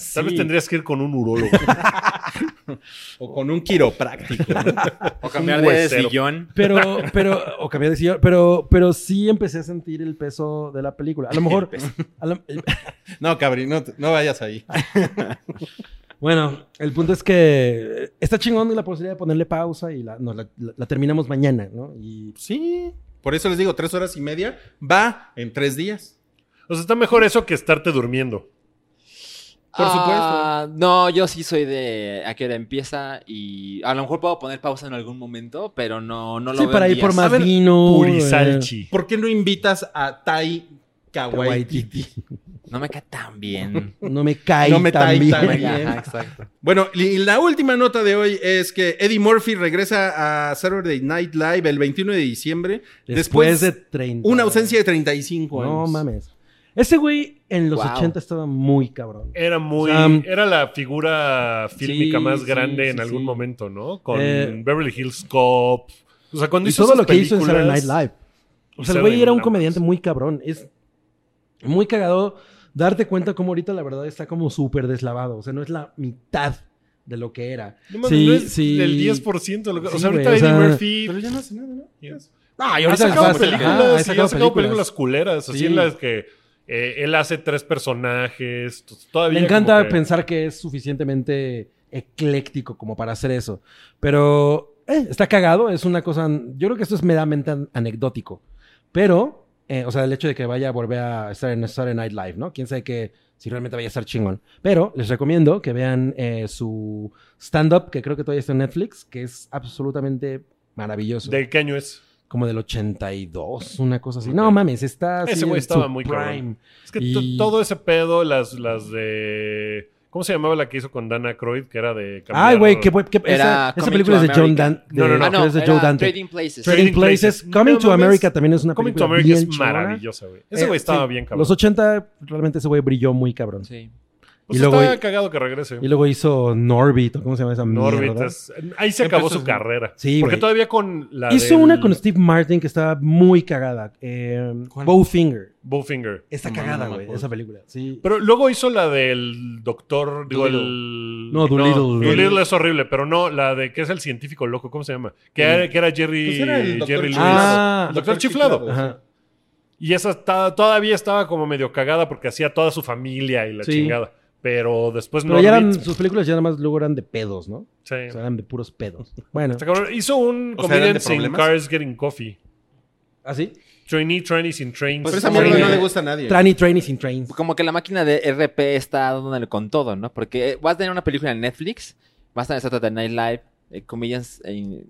E: Sí.
B: Tal vez tendrías que ir con un urólogo.
C: o con un quiropráctico. ¿no?
D: O
B: cambiar de huesero.
D: Pues, sillón.
E: Pero, pero, o cambié de sillón, pero, pero sí empecé a sentir el peso de la película. A lo mejor, a lo-
C: No, cabrín, no, te- no vayas ahí.
E: bueno, el punto es que eh, está chingón la posibilidad de ponerle pausa y la, nos la, la- la terminamos mañana, ¿no? Y
C: Sí. Por eso les digo, tres horas y media va en tres días.
B: O sea, está mejor eso que estarte durmiendo.
C: Por
D: Ah, no, yo sí soy de a qué hora empieza y a lo mejor puedo poner pausa en algún momento, pero no, no lo
E: sí,
D: veo
E: para
D: en
E: ir por
D: días.
E: más
C: A ver,
E: vino. eh,
B: Purisalchi.
C: ¿Por qué no invitas a Tai Kawaititi?
D: No me cae tan bien.
E: eh, No me cae
C: No me
E: tan
C: cae
E: bien.
C: tan bien.
D: Ajá, exacto.
C: Bueno, y la última nota de hoy es que Eddie Murphy regresa a Saturday Night Live el 21 de diciembre.
E: Después de 30.
C: una ausencia de 35 años.
E: No mames. Ese güey en los
D: Wow.
E: 80 estaba muy cabrón.
B: Era muy.
E: Um,
B: era la figura fílmica
E: sí,
B: más
E: sí,
B: grande en
E: sí,
B: algún
E: sí.
B: momento, ¿no? Con
E: Eh,
B: Beverly Hills Cop. O sea, cuando
E: Y
B: hizo
E: todo
B: esas
E: lo que hizo en
B: películas-
E: Saturday Night Live. O sea, el
B: Saturday
E: güey era un
B: Night
E: comediante
B: Live.
E: muy cabrón. Es muy cagado darte cuenta cómo ahorita la verdad está como súper deslavado. O sea, no es la mitad de lo que era.
B: No mames,
E: Sí,
B: no es
E: sí.
B: del 10%. lo que- o
E: Sí,
B: sea, ahorita
E: güey, o
B: Eddie
E: sea,
B: Murphy.
C: Pero ya no hace nada, ¿no?
E: No, y
B: Ha
E: va a
B: sacado
E: hacer-
B: películas
E: ajá, ha
B: y ha
E: sacado
B: sacado películas, culeras, así
E: Sí.
B: en las que eh, él hace tres personajes. t- Todavía
E: Me encanta
B: como que-
E: pensar que es suficientemente ecléctico como para hacer eso. Pero eh, está cagado, es una cosa. Yo creo que esto es meramente an- anecdótico. Pero, eh, o sea, el hecho de que vaya a volver a estar en Saturday Night Live, ¿no? Quién sabe que si realmente vaya a estar chingón. Pero les recomiendo que vean eh, su stand-up, que creo que todavía está en Netflix, que es absolutamente maravilloso.
B: ¿De qué año es?
E: Como del 82, una cosa así.
B: Ok.
E: No mames, está. así
B: Ese güey
E: en
B: estaba
E: su
B: muy cabrón. Es que
E: Y-
B: to- todo ese pedo, las, las de. ¿Cómo se llamaba la que hizo con Dana Croyd? Que era de. cambiar-
E: Ay, güey, qué bue- qué- esa,
D: Era
E: esa
D: Coming
E: película
D: to
E: es de John
D: America.
E: Dante.
B: No, no, no.
D: Ah,
E: Es de
D: era
E: Joe Dante.
D: Trading Places.
E: Trading
B: Trading
E: Places.
B: Places.
E: Coming
B: No
E: to
B: mames.
E: America también es una
B: Coming
E: película
B: to America es
E: bien chingona.
B: maravillosa, güey. Ese
E: Eh,
B: güey estaba
E: sí,
B: bien cabrón.
E: Los 80, realmente ese güey brilló muy cabrón.
D: Sí.
B: O
E: y
B: sea,
E: luego-
B: Pues está cagado que regrese.
E: Y luego hizo Norbit, o ¿cómo se llama esa
B: ¿eh? Norbit
E: mierda?
B: es- Ahí se acabó
C: Empezó-
B: su carrera.
E: Sí,
B: Porque
E: güey.
B: todavía con la.
E: Hizo
B: del
E: una con Steve Martin que estaba muy cagada. Eh,
C: ¿Cuál?
E: Bowfinger.
B: Bowfinger.
E: Está
C: No, no
E: cagada,
C: me
E: güey,
C: acuerdo.
E: esa película. Sí.
B: Pero luego hizo la del doctor. Digo,
C: Dolittle.
B: el.
E: No, Dolittle.
B: Dolittle es horrible, pero no, la de que es el científico loco, ¿cómo se llama? Que, era, que era Jerry.
C: Pues era el Dr.
B: Jerry Lewis.
C: Chiflado.
E: Ah,
B: El doctor chiflado.
E: Ajá.
B: Y esa está- todavía estaba como medio cagada porque hacía toda su familia y la
E: Sí.
B: chingada. Pero después
E: Pero ya eran,
B: Norbit-
E: sus películas ya nada más luego eran de pedos, ¿no?
B: sí.
E: O sea, eran de puros pedos. Bueno,
B: Está cabrón. Hizo un
C: O sea, ¿eran de
B: Comedians in
C: problemas?
B: Cars Getting Coffee.
E: ¿así?
B: Trainee, Trainees in Trains.
C: Pero esa
D: Pues,
C: mierda no
D: horrible.
C: le gusta a nadie.
E: Tranny, Trainy, Sin Trains.
D: Como que la máquina de RP está dándole con todo, ¿no? Porque eh, vas a tener una película en Netflix, vas a tener Saturday Night Live, eh, Comedians... in-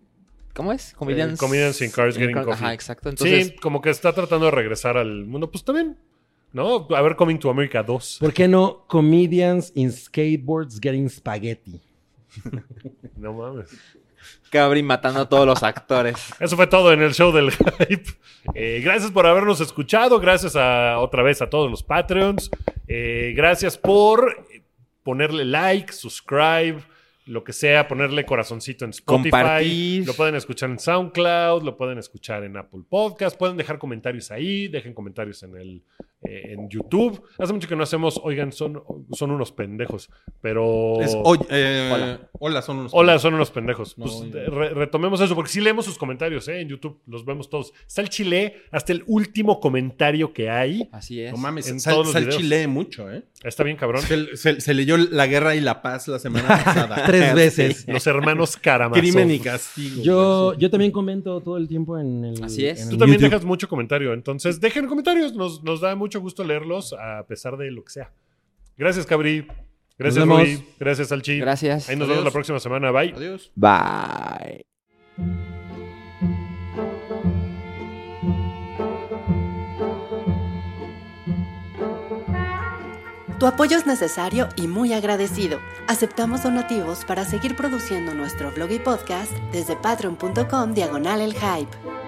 D: ¿Cómo es? Comedians...
B: Eh, Comedians in Cars Getting
D: Car-
B: Coffee.
D: Ajá, exacto. Entonces,
B: sí, como que está tratando de regresar al mundo. Pues también, ¿no? A ver Coming to America 2.
E: ¿Por qué no Comedians in Skateboards Getting Spaghetti?
B: No mames.
D: Cabri matando a todos los actores.
B: Eso fue todo en el show del hype. Eh, gracias por habernos escuchado. Gracias a otra vez a todos los Patreons. Eh, gracias por ponerle like, subscribe, lo que sea, ponerle corazoncito en Spotify.
D: Compartir.
B: Lo pueden escuchar en SoundCloud, lo pueden escuchar en Apple Podcast. Pueden dejar comentarios ahí, dejen comentarios en el eh, en YouTube. Hace mucho que no hacemos, oigan, son, son unos pendejos, pero.
C: Es oy- eh,
D: Hola.
C: hola. son unos.
B: Hola, son unos pendejos.
C: No,
B: Pues,
C: oye.
B: eh, re- retomemos eso, porque sí leemos sus comentarios ¿eh? en YouTube, los vemos todos. Está el chile, hasta el último comentario que hay.
D: Así es.
C: No mames,
B: En
C: sal-
B: todos los
C: Salchi
B: videos.
C: lee mucho, ¿eh?
B: Está bien, cabrón.
C: Se, se- se leyó La Guerra y la Paz la semana pasada.
E: Tres veces.
B: Los hermanos Karamazov.
C: Crimen y castigo.
E: Yo,
C: güey,
E: yo también comento todo el tiempo en el.
D: Así es.
E: en el
B: Tú también
E: YouTube.
B: dejas mucho comentario, entonces dejen comentarios, nos, nos da mucho gusto leerlos a pesar de lo que sea. Gracias, Cabri. Gracias,
E: Nos
B: Rui.
E: vemos.
B: Gracias, Alchi.
D: Gracias.
B: Ahí nos
C: Adiós.
B: vemos la próxima semana. Bye.
C: sí. Adiós.
D: Bye.
G: Tu apoyo es necesario y muy agradecido. Aceptamos donativos para seguir produciendo nuestro blog y podcast desde patreon.com diagonal el hype.